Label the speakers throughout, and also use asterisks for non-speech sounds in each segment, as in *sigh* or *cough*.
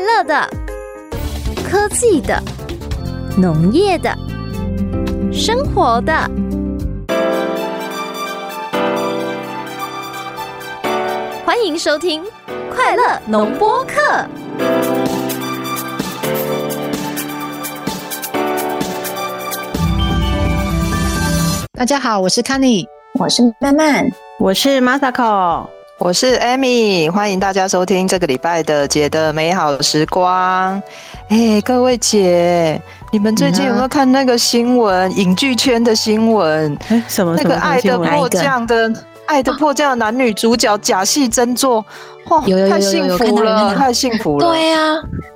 Speaker 1: 乐的、科技的、农业的、生活的。欢迎收听《快乐农播课》。
Speaker 2: 大家好，我是 c a n n y
Speaker 3: 我是曼曼，
Speaker 4: 我是 Masako。
Speaker 5: 我是哎 Amy，欢迎大家收听这个礼拜的姐的美好时光。哎，各位姐，你们最近有没有看那个新闻？影剧圈的新闻？
Speaker 4: 哎，什么？
Speaker 5: 那个《爱的迫降》的《爱的迫降》的男女主角假戏真做，哇，
Speaker 2: 有有有有有
Speaker 5: 太幸福
Speaker 2: 看到了
Speaker 5: 了，太幸福了。
Speaker 3: 对呀、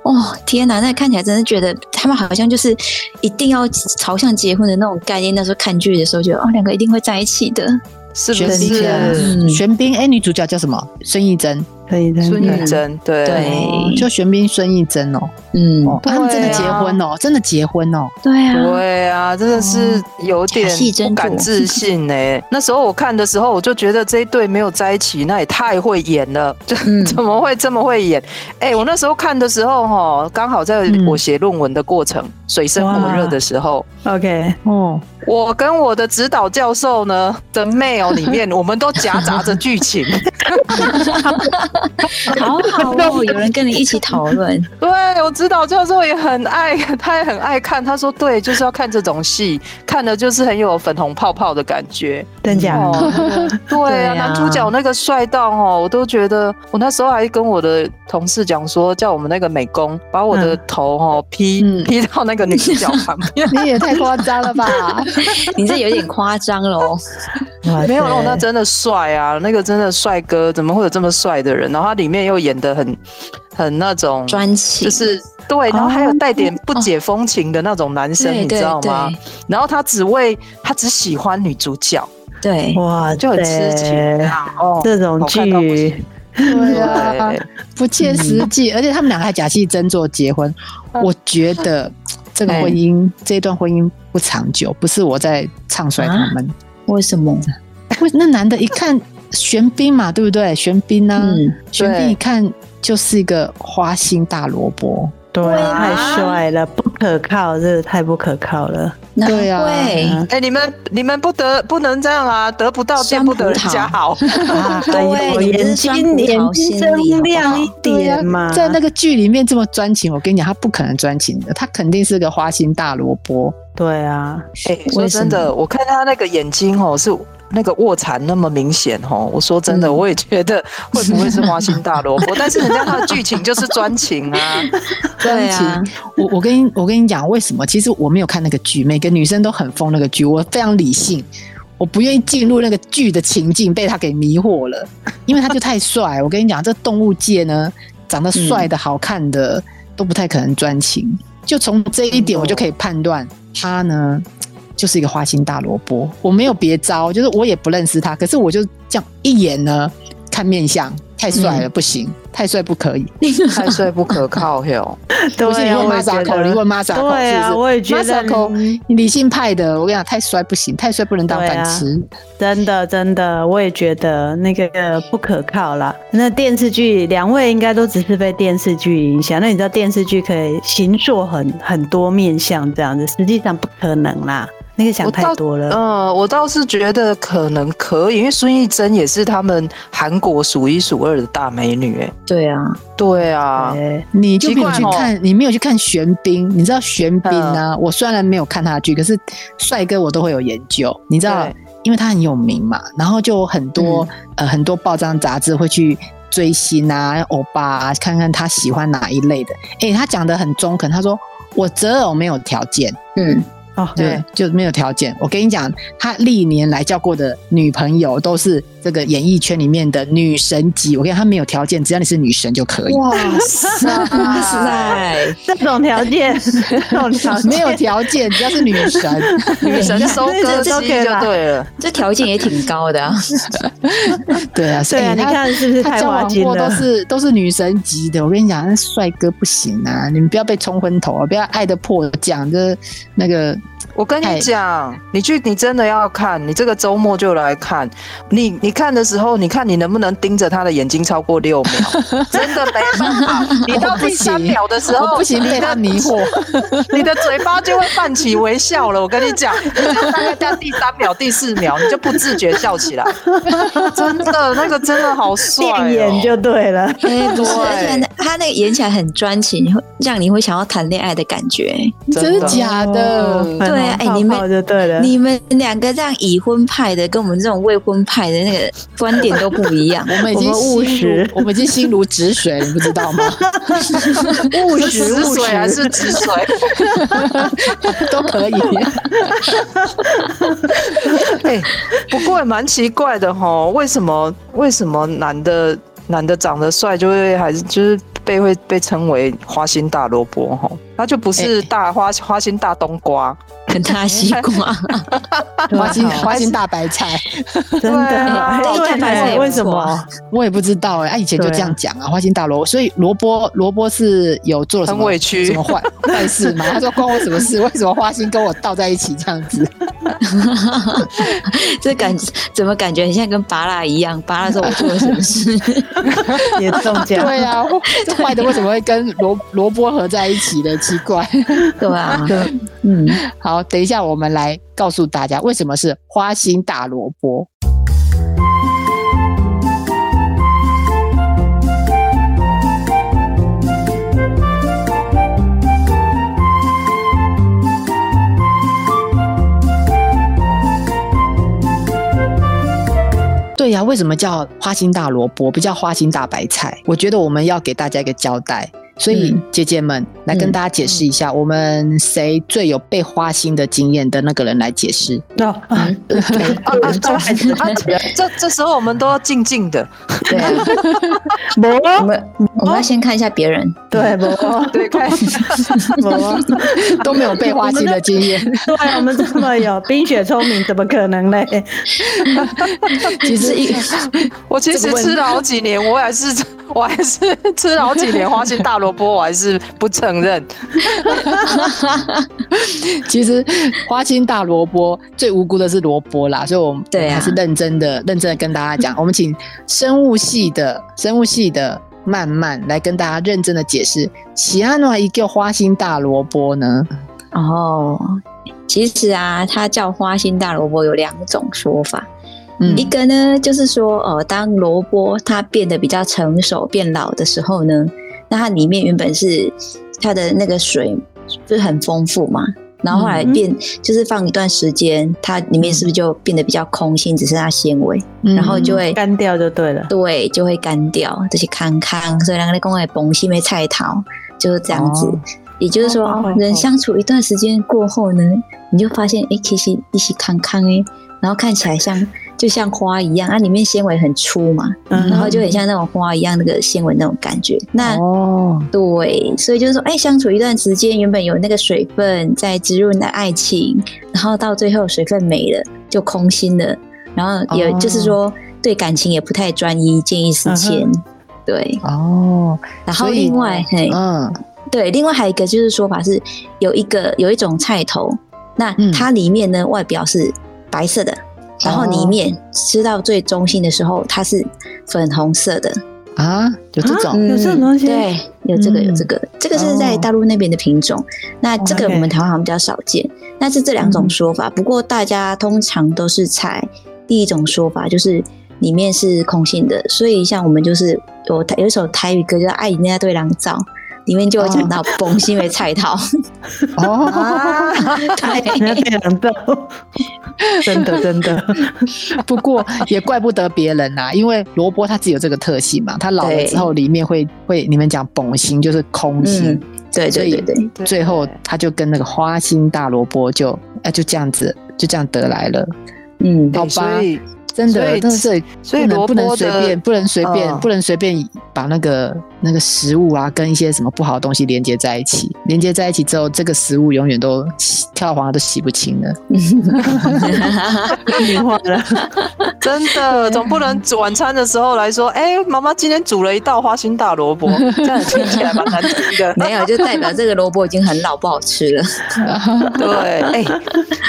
Speaker 3: 哦天哪，那看起来真的觉得他们好像就是一定要朝向结婚的那种概念。那时候看剧的时候，觉得哦，两个一定会在一起的。
Speaker 5: 是不
Speaker 2: 玄彬啊
Speaker 5: 是？
Speaker 3: 嗯，
Speaker 2: 玄彬，哎、女主角叫什么？孙艺珍，
Speaker 4: 可以的，
Speaker 5: 孙
Speaker 4: 可以
Speaker 5: 艺珍，
Speaker 3: 对
Speaker 5: 对，
Speaker 2: 哦就玄彬孙艺珍哦，
Speaker 3: 嗯，
Speaker 2: 哦，他们真的
Speaker 5: 对啊
Speaker 2: 结婚哦，真的结婚哦，
Speaker 3: 对啊，
Speaker 5: 对啊，真的是有点
Speaker 3: 假戏真
Speaker 5: 不敢
Speaker 3: 做
Speaker 5: 置信哎、那时候我看的时候，我就觉得这一对没有在一起，那也太会演了，就、
Speaker 3: 嗯
Speaker 5: *laughs* 怎么会这么会演？哎、我那时候看的时候哈，刚好在
Speaker 2: 嗯
Speaker 5: 我写论文的过程，水深火热的时候，
Speaker 4: OK，
Speaker 2: 哦，
Speaker 5: 我跟我的指导教授呢的 mail 里面，我们都夹杂着剧情。
Speaker 3: 好好哦，有人跟你一起讨
Speaker 5: *laughs*
Speaker 3: 论，
Speaker 5: 对我指导教授也很爱，他也很爱看。他说：“对，就是要看这种戏，看的就是很有粉红泡泡的感觉。”
Speaker 4: 真假？ *laughs*
Speaker 5: 哦，那个对
Speaker 3: 对
Speaker 5: 啊，
Speaker 3: 啊
Speaker 5: 男主角那个帅到哦，我都觉得，我那时候还跟我的同事讲说，叫我们那个美工把我的头哦
Speaker 2: 嗯。
Speaker 5: 劈劈到那个女主角旁边
Speaker 2: *laughs* 你也太夸张了吧？
Speaker 3: 你这有点夸张哦喽。
Speaker 4: 哇
Speaker 5: 没有，
Speaker 4: 塞
Speaker 5: 哦，那真的帅啊！那个真的帅哥，怎么会有这么帅的人？然后他里面又演的很很那种，
Speaker 3: 专情
Speaker 5: 就是对，然后还有带点不解风情的那种男生，
Speaker 3: 对
Speaker 5: 你知
Speaker 3: 对
Speaker 5: 道吗？
Speaker 3: 哦对
Speaker 5: 然后他只为他只喜欢女主角，
Speaker 3: 对，
Speaker 4: 哇塞，
Speaker 5: 就很痴情啊！哦，
Speaker 4: 这种
Speaker 5: 好看到不行
Speaker 4: 剧， *laughs*
Speaker 2: 对啊
Speaker 5: *laughs* 对，嗯
Speaker 2: 不切实际，而且他们两个还假戏真做结婚，我觉得这个婚
Speaker 5: 哎
Speaker 2: 姻、这一段婚姻不长久，不是我在唱衰他们，
Speaker 5: 啊
Speaker 3: 为什么？
Speaker 2: 为那男的一看玄彬嘛，对不对？玄彬啊，
Speaker 3: 嗯，
Speaker 2: 玄彬
Speaker 5: 对
Speaker 2: 一看就是一个花心大萝卜，
Speaker 4: 对啊，
Speaker 5: 啊
Speaker 4: 太帅了，不可靠，这太不可靠
Speaker 5: *laughs*
Speaker 4: 了。
Speaker 3: 哪
Speaker 2: 对啊
Speaker 3: 会
Speaker 4: 嗯
Speaker 5: 哎、你们你们不得不能这样啊，得不到见不得人家好。
Speaker 4: 啊
Speaker 3: 对
Speaker 4: 我
Speaker 3: 你
Speaker 4: 眼
Speaker 3: 这是酸葡
Speaker 4: 睛眼
Speaker 3: 萄
Speaker 4: 睛
Speaker 3: 心
Speaker 4: 睁
Speaker 3: 理好不
Speaker 4: 亮一
Speaker 3: 好
Speaker 2: 对呀
Speaker 4: 点嘛，
Speaker 5: 啊
Speaker 2: 在那个剧里面这么专情，我跟你讲，他不可能专情的，他肯定是个花心大萝卜。
Speaker 4: 对啊，
Speaker 5: *laughs* 哎、说
Speaker 3: 为什
Speaker 5: 真的，我看他那个眼睛哦，是那个卧蚕那么明显哦。我说真的，
Speaker 2: 嗯
Speaker 5: 我也觉得会不会是花心大萝卜？但是人家他的剧情就是专情啊，
Speaker 3: *laughs* 对啊，
Speaker 2: 我我跟你我跟你讲，为什么？其实我没有看那个剧，每个女生都很疯那个剧，我非常理性，我不愿意进入那个剧的情境，被他给迷惑了，因为他就太帅。我跟你讲，这动物界呢，长得帅的、好看的都不太可能专情。就从这一点，我就可以判断他呢。就是一个花心大萝卜，我没有别招，就是我也不认识他，可是我就这样一眼呢，看面相，太帅
Speaker 3: 嗯
Speaker 2: 了、不行，太帅不可以。
Speaker 5: 太岁不可靠哟。
Speaker 2: 不是
Speaker 4: 对
Speaker 2: 你
Speaker 4: 啊，
Speaker 2: 问 m
Speaker 4: 我也
Speaker 2: a s
Speaker 4: 觉
Speaker 2: a 口，
Speaker 4: 得，
Speaker 2: 你问 m a s a 口，
Speaker 4: 对啊，我也觉
Speaker 2: m a s
Speaker 4: 得
Speaker 2: a 口
Speaker 4: 嗯
Speaker 2: 理性派的，我跟你讲，太帅不行，太帅不能当饭
Speaker 4: 啊
Speaker 2: 吃。
Speaker 4: 真的，真的，我也觉得那个不可靠啦。那电视剧，两位应该都只是被电视剧影响。那你知道电视剧可以行做很很多面向这样子，实际上不可能啦。那个想
Speaker 5: 我
Speaker 4: 太
Speaker 5: 倒
Speaker 4: 多了。
Speaker 5: 嗯、我倒是觉得可能可以，因为孙艺珍也是他们韩国数一数二的大美女、哎，
Speaker 3: 对啊，
Speaker 5: 对啊，
Speaker 4: 对
Speaker 2: 你就没有
Speaker 5: 奇
Speaker 2: 去
Speaker 5: 怪哦
Speaker 2: 看，你没有去看玄彬，你知道玄彬
Speaker 4: 嗯
Speaker 2: 啊？我虽然没有看他的剧，可是帅哥我都会有研究，你知道
Speaker 5: 对，
Speaker 2: 因为他很有名嘛，然后就很
Speaker 4: 嗯
Speaker 2: 多呃很多报章杂志会去。追星啊，欧巴啊，看看他喜欢哪一类的。诶，他讲的很中肯，他说我择偶没有条件，
Speaker 3: 嗯，
Speaker 4: 哦，
Speaker 2: 对，就没有条件。我跟你讲，他历年来交过的女朋友都是这个演艺圈里面的女神级。我跟你讲，他没有条件，只要你是女神就可以，
Speaker 5: 哇塞
Speaker 3: 哇塞，
Speaker 4: 这种
Speaker 2: *laughs*
Speaker 4: 条件，这种条
Speaker 2: *laughs*
Speaker 4: 件
Speaker 2: 没有条件，只要是女神。
Speaker 5: 女神收割机
Speaker 4: 都可以
Speaker 5: 就
Speaker 4: 啦
Speaker 5: 对了。
Speaker 3: 这条件也挺高的啊。
Speaker 5: *laughs*
Speaker 2: 对啊，所以
Speaker 4: 对
Speaker 2: 他
Speaker 4: 啊，你看是不是
Speaker 2: 他
Speaker 4: 太
Speaker 2: 交
Speaker 4: 花
Speaker 2: 往
Speaker 4: 心
Speaker 2: 过都
Speaker 4: 了？
Speaker 2: 是都是女神级的。我跟你讲，那帅哥不行啊，你们不要被冲昏头啊，不要爱的迫降，就是那个
Speaker 5: 我跟
Speaker 2: 太
Speaker 5: 你讲，你去，你真的要看，你这个周末就来看。你你看的时候，你看你能不能盯着他的眼睛超过
Speaker 2: *laughs*
Speaker 5: 六秒？真的没办法，你到第三秒的时
Speaker 2: 我
Speaker 5: 候，
Speaker 2: 不行被他迷
Speaker 4: *laughs*
Speaker 2: 惑，
Speaker 5: 你的嘴巴就会泛起微笑了。我跟你讲，大概在第三秒、第四秒，你就不自觉
Speaker 2: *laughs*
Speaker 5: 笑起来。真的，那个真的好帅、哦，
Speaker 4: 电眼就对了。
Speaker 3: 哎，不是，
Speaker 5: 对
Speaker 3: *laughs* 而且他那个演起来很专情，会让你会想要谈恋爱的感觉。
Speaker 2: 真的假的？
Speaker 4: 哦粉
Speaker 3: 对啊
Speaker 4: 红
Speaker 3: 哎你们
Speaker 4: 泡泡就对了。
Speaker 3: 你们两个这样已婚派的，跟我们这种未婚派的那个观点都不一
Speaker 4: *laughs*
Speaker 3: 样。
Speaker 2: 我们已经
Speaker 4: 我们务
Speaker 2: 心如
Speaker 4: 实
Speaker 2: 我们已经心如止水，你不知道吗？ *laughs*
Speaker 5: 务实止水还是止水？
Speaker 2: 都可以。
Speaker 5: 哎、不过也蛮奇怪的哈，为什么为什么男的男的长得帅就会还是就是被会被称为花心大萝卜哈？他就不是
Speaker 2: 哎
Speaker 5: 大花、花心大冬瓜，
Speaker 3: 很大西
Speaker 4: *laughs*
Speaker 3: 瓜，
Speaker 2: 啊花心
Speaker 4: 好
Speaker 2: 花心大白菜，
Speaker 4: 真的，
Speaker 5: 对啊
Speaker 4: 哎
Speaker 3: 对
Speaker 4: 对
Speaker 3: 白色也不错
Speaker 4: 为什么？
Speaker 2: 我也不知道哎、啊，以前就
Speaker 4: 对啊
Speaker 2: 这样讲啊，花心大萝卜。所以萝卜萝卜是有做了什
Speaker 5: 很
Speaker 2: 么
Speaker 5: 委屈
Speaker 2: 什么坏坏事吗？他说关我什么事？为什么花心跟我倒在一起这样子？
Speaker 3: 这感怎么感觉很像跟拔蜡一样？拔蜡说我做了什么
Speaker 4: *laughs*
Speaker 3: 事？
Speaker 4: 也中奖，
Speaker 2: 对啊，这坏的为什么会跟萝萝卜合在一起呢？奇怪。
Speaker 3: 对啊，
Speaker 4: 对
Speaker 3: 嗯，
Speaker 2: 好，等一下我们来告诉大家为什么是花心大萝卜。对呀、为什么叫花心大萝卜，不叫花心大白菜？我觉得我们要给大家一个交代。所以
Speaker 3: 嗯，
Speaker 2: 姐姐们、来跟
Speaker 3: 嗯
Speaker 2: 大家解释一下，我们谁最有被花心的经验的那个人来解
Speaker 3: *laughs*
Speaker 2: 释。
Speaker 4: 哦啊
Speaker 5: *laughs* 啊啊啊啊！ *laughs* 这这时候我们都要静静的，
Speaker 3: 对啊，我
Speaker 4: *laughs* 没哦
Speaker 3: 们我们要先看一下别人，
Speaker 4: 对没
Speaker 2: 哦 *laughs*
Speaker 5: 对，看
Speaker 4: 没，
Speaker 2: 都没有被花心的经
Speaker 3: *laughs*
Speaker 2: 验。
Speaker 4: 对我们这么有冰雪聪明，怎么可能嘞？
Speaker 2: 其
Speaker 3: 是
Speaker 2: 实
Speaker 3: 一
Speaker 5: 我其实吃了好几年，我还是 *laughs* 我还是吃了好几年花心大萝卜，我还是不承认。
Speaker 2: *laughs* 其实花心大萝卜最无辜的是萝卜啦，所以我们
Speaker 3: 对啊
Speaker 2: 还是认真的、认真的跟大家讲。我们请生物系的生物系的慢慢来跟大家认真的解释，喜安诺一个花心大萝卜呢？
Speaker 3: 哦，其实啊，它叫花心大萝卜有两种说法，
Speaker 2: 嗯
Speaker 3: 一个呢就是说，呃，当萝卜它变得比较成熟、变老的时候呢，那它里面原本是它的那个水就是很丰富嘛。然后后来
Speaker 4: 嗯
Speaker 3: 变，就是放一段时间，它里面是不是就变得比较空心，只剩下纤维，
Speaker 2: 嗯
Speaker 3: 然后就会
Speaker 4: 干掉就对了。
Speaker 3: 对，就会干掉这些康康，所以那个公会崩西没菜桃，就是这样子。
Speaker 2: 哦
Speaker 3: 也就是说，
Speaker 4: 哦哦哦
Speaker 3: 人相处一段时间过后呢，你就发现哎，诶其实一起康康哎，然后看起来像就像花一样，它、啊里面纤维很粗嘛，
Speaker 4: 嗯
Speaker 3: 然后就很像那种花一样那个纤维那种感觉。
Speaker 5: 嗯
Speaker 3: 那、
Speaker 2: 哦，
Speaker 3: 对，所以就是说，哎，相处一段时间，原本有那个水分在滋润的爱情，然后到最后水分没了，就空心了，然后也
Speaker 2: 哦嗯
Speaker 3: 就是说对感情也不太专一，见异思迁。对，
Speaker 2: 哦，
Speaker 3: 然后
Speaker 2: 所以
Speaker 3: 另外，嘿，
Speaker 2: 嗯，
Speaker 3: 对，另外还有一个就是说法是有一个有一种菜头，那
Speaker 2: 嗯
Speaker 3: 它里面呢外表是白色的，然后里
Speaker 2: 哦
Speaker 3: 面吃到最中心的时候，它是粉红色的。
Speaker 2: 啊，有这种，
Speaker 3: 嗯
Speaker 4: 哦有这种东西嗯
Speaker 3: 对，有这个有这个，这个是在
Speaker 2: 哦
Speaker 3: 大陆那边的品种。那这个
Speaker 4: 哦 OK
Speaker 3: 我们台湾好像比较少见。那是这两种说法，不过大家通常都是采第一种说法，就是里面是空心的。所以像我们就是有台有一首台语歌叫《爱你那对狼照》，里面就有讲到
Speaker 4: 哦
Speaker 3: “崩心为菜
Speaker 4: *laughs*
Speaker 3: 桃
Speaker 2: 哦， *laughs*
Speaker 5: 啊，”，
Speaker 4: 人家
Speaker 3: 对，
Speaker 4: 被人揍， *laughs* 真的真的，
Speaker 2: 不过也怪不得别人啦、因为萝卜它自己有这个特性嘛，它老了
Speaker 3: 对
Speaker 2: 之后里面会会，你们讲拱形就是空心，
Speaker 3: 嗯，对
Speaker 2: 所
Speaker 3: 对
Speaker 2: 以
Speaker 3: 对对，
Speaker 2: 最后他就跟那个花心大萝卜就哎、就这样子就这样得来了。
Speaker 3: 嗯，
Speaker 2: 好
Speaker 5: 对
Speaker 2: 吧
Speaker 5: 所以
Speaker 2: 真
Speaker 5: 所
Speaker 2: 的，
Speaker 5: 以
Speaker 2: 真的是
Speaker 5: 所以
Speaker 2: 不能
Speaker 5: 萝
Speaker 2: 不能
Speaker 5: 卜
Speaker 2: 随
Speaker 5: 的
Speaker 2: 便，不能随便，
Speaker 5: 嗯
Speaker 2: 不能随便把那个那个食物啊跟一些什么不好的东西连接在一起，连接在一起之后，这个食物永远都洗跳黄都洗不清了。
Speaker 4: 听话了，
Speaker 5: 真
Speaker 2: *laughs*
Speaker 5: 的，总不能晚餐的时候来说，哎、妈妈今天煮了一道花心大萝
Speaker 2: *laughs*
Speaker 5: 卜，这样听起来蛮难听的。
Speaker 3: 没有，就代表这个萝卜已经很老，不好吃了。
Speaker 5: 对，哎、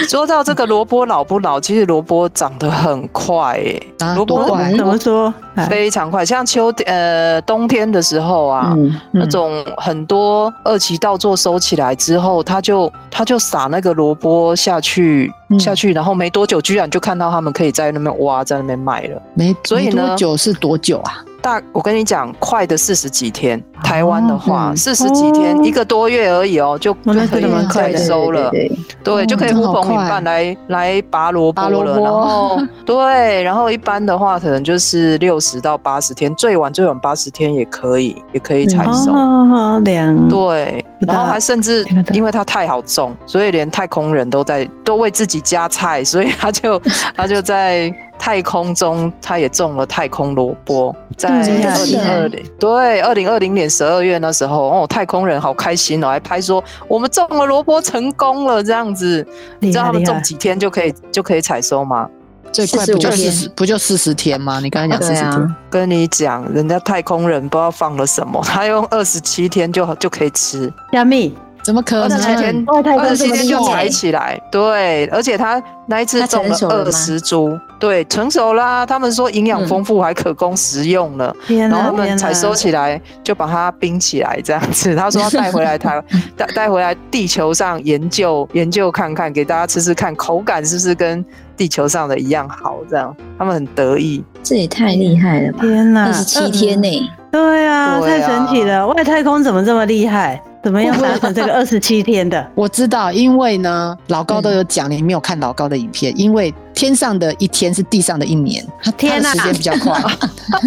Speaker 5: 说到这个萝卜老不老，其实萝卜长得很快、哎、
Speaker 2: 啊
Speaker 5: 萝卜
Speaker 2: 多快啊
Speaker 4: 怎么说？哎
Speaker 5: 非常快，像秋天呃冬天的时候啊。
Speaker 3: 嗯，
Speaker 2: 嗯
Speaker 5: 那
Speaker 4: 哦
Speaker 5: 种很多二级稻作收起来之后，他就他就撒那个萝卜下去、
Speaker 2: 嗯
Speaker 5: 下去，然后没多久居然就看到他们可以在那边挖，在那边卖了。
Speaker 2: 没
Speaker 5: 所以
Speaker 2: 没
Speaker 5: 呢
Speaker 2: 多久是多久啊？
Speaker 5: 大，我跟你讲，快的四十几天，台湾的话
Speaker 2: 嗯
Speaker 5: 四十、40几天、
Speaker 4: 哦
Speaker 5: 一个多月而已哦，就
Speaker 4: 哦
Speaker 5: 就
Speaker 4: 那
Speaker 5: 可
Speaker 4: 真的
Speaker 5: 以
Speaker 4: 蛮快
Speaker 5: 采
Speaker 4: 的
Speaker 5: 收了，
Speaker 3: 对，对
Speaker 5: 对，就可以
Speaker 2: 嗯
Speaker 5: 呼
Speaker 2: 真好
Speaker 5: 朋引
Speaker 2: 快
Speaker 5: 伴来来拔萝卜
Speaker 2: 拔萝
Speaker 5: 了。
Speaker 2: 卜
Speaker 5: 然后 *laughs* 对，然后一般的话可能就是六十到八十天，最晚最晚八十天也可以，也可以采收。
Speaker 4: 哦，两
Speaker 5: 对，
Speaker 4: 不
Speaker 5: 然后
Speaker 4: 大
Speaker 5: 还甚至
Speaker 4: 听得到
Speaker 5: 因为它太好种，所以连太空人都在都为自己加菜，所以
Speaker 4: *laughs*
Speaker 5: 他就他就在太空中，他也种了太空萝卜。在
Speaker 4: 真的啊
Speaker 5: 二零二
Speaker 3: 是
Speaker 5: 零，对，二零二零年十二月那时候，哦，太空人好开心哦，还拍说我们种了萝卜成功了这样子。你知道他们
Speaker 4: 厉害
Speaker 5: 种几天就可以就可以采收吗？
Speaker 2: 最快不就
Speaker 3: 45
Speaker 2: 四
Speaker 3: 天
Speaker 2: 十不就四十天吗？你刚才讲四
Speaker 3: 对
Speaker 2: 十天，
Speaker 3: 啊，
Speaker 5: 跟你讲，人家太空人不知道放了什么，他用二十七天就就可以吃。
Speaker 4: 加密，
Speaker 2: 怎么可
Speaker 5: 而且前
Speaker 2: 能？
Speaker 4: 外太
Speaker 5: 二
Speaker 4: 空这
Speaker 5: 十七
Speaker 4: 么
Speaker 5: 天
Speaker 4: 厉
Speaker 5: 呃就
Speaker 4: 害
Speaker 5: 采，起来，对，而且他那一次
Speaker 3: 那
Speaker 5: 种
Speaker 3: 成熟了
Speaker 5: 二
Speaker 3: 吗
Speaker 5: 十株，对，成熟啦。他们说营养丰富，还可供食用呢。
Speaker 4: 天
Speaker 5: 然后
Speaker 4: 哪，
Speaker 5: 他们
Speaker 4: 天
Speaker 5: 采
Speaker 4: 哪
Speaker 5: 收起来，就把它冰起来，这样子。他说要带回来台，带带回来地球上研究研究看看，给大家吃吃看，口感是不是跟地球上的一样好？这样他们很得意。
Speaker 3: 这也太厉害了吧！
Speaker 4: 天哪
Speaker 3: 二，十七
Speaker 4: 嗯
Speaker 3: 天呢、
Speaker 4: 对啊，
Speaker 5: 对
Speaker 4: 太
Speaker 5: 啊
Speaker 4: 神奇了！外太空怎么这么厉害？怎么样达成这个二十七
Speaker 2: *laughs*
Speaker 4: 天的？
Speaker 2: 我知道，因为呢，老高都有讲，你没有看老高的影片，因为天上的一天是地上的一年，他他
Speaker 4: 天
Speaker 2: 的
Speaker 4: 哪
Speaker 2: 时间比较快。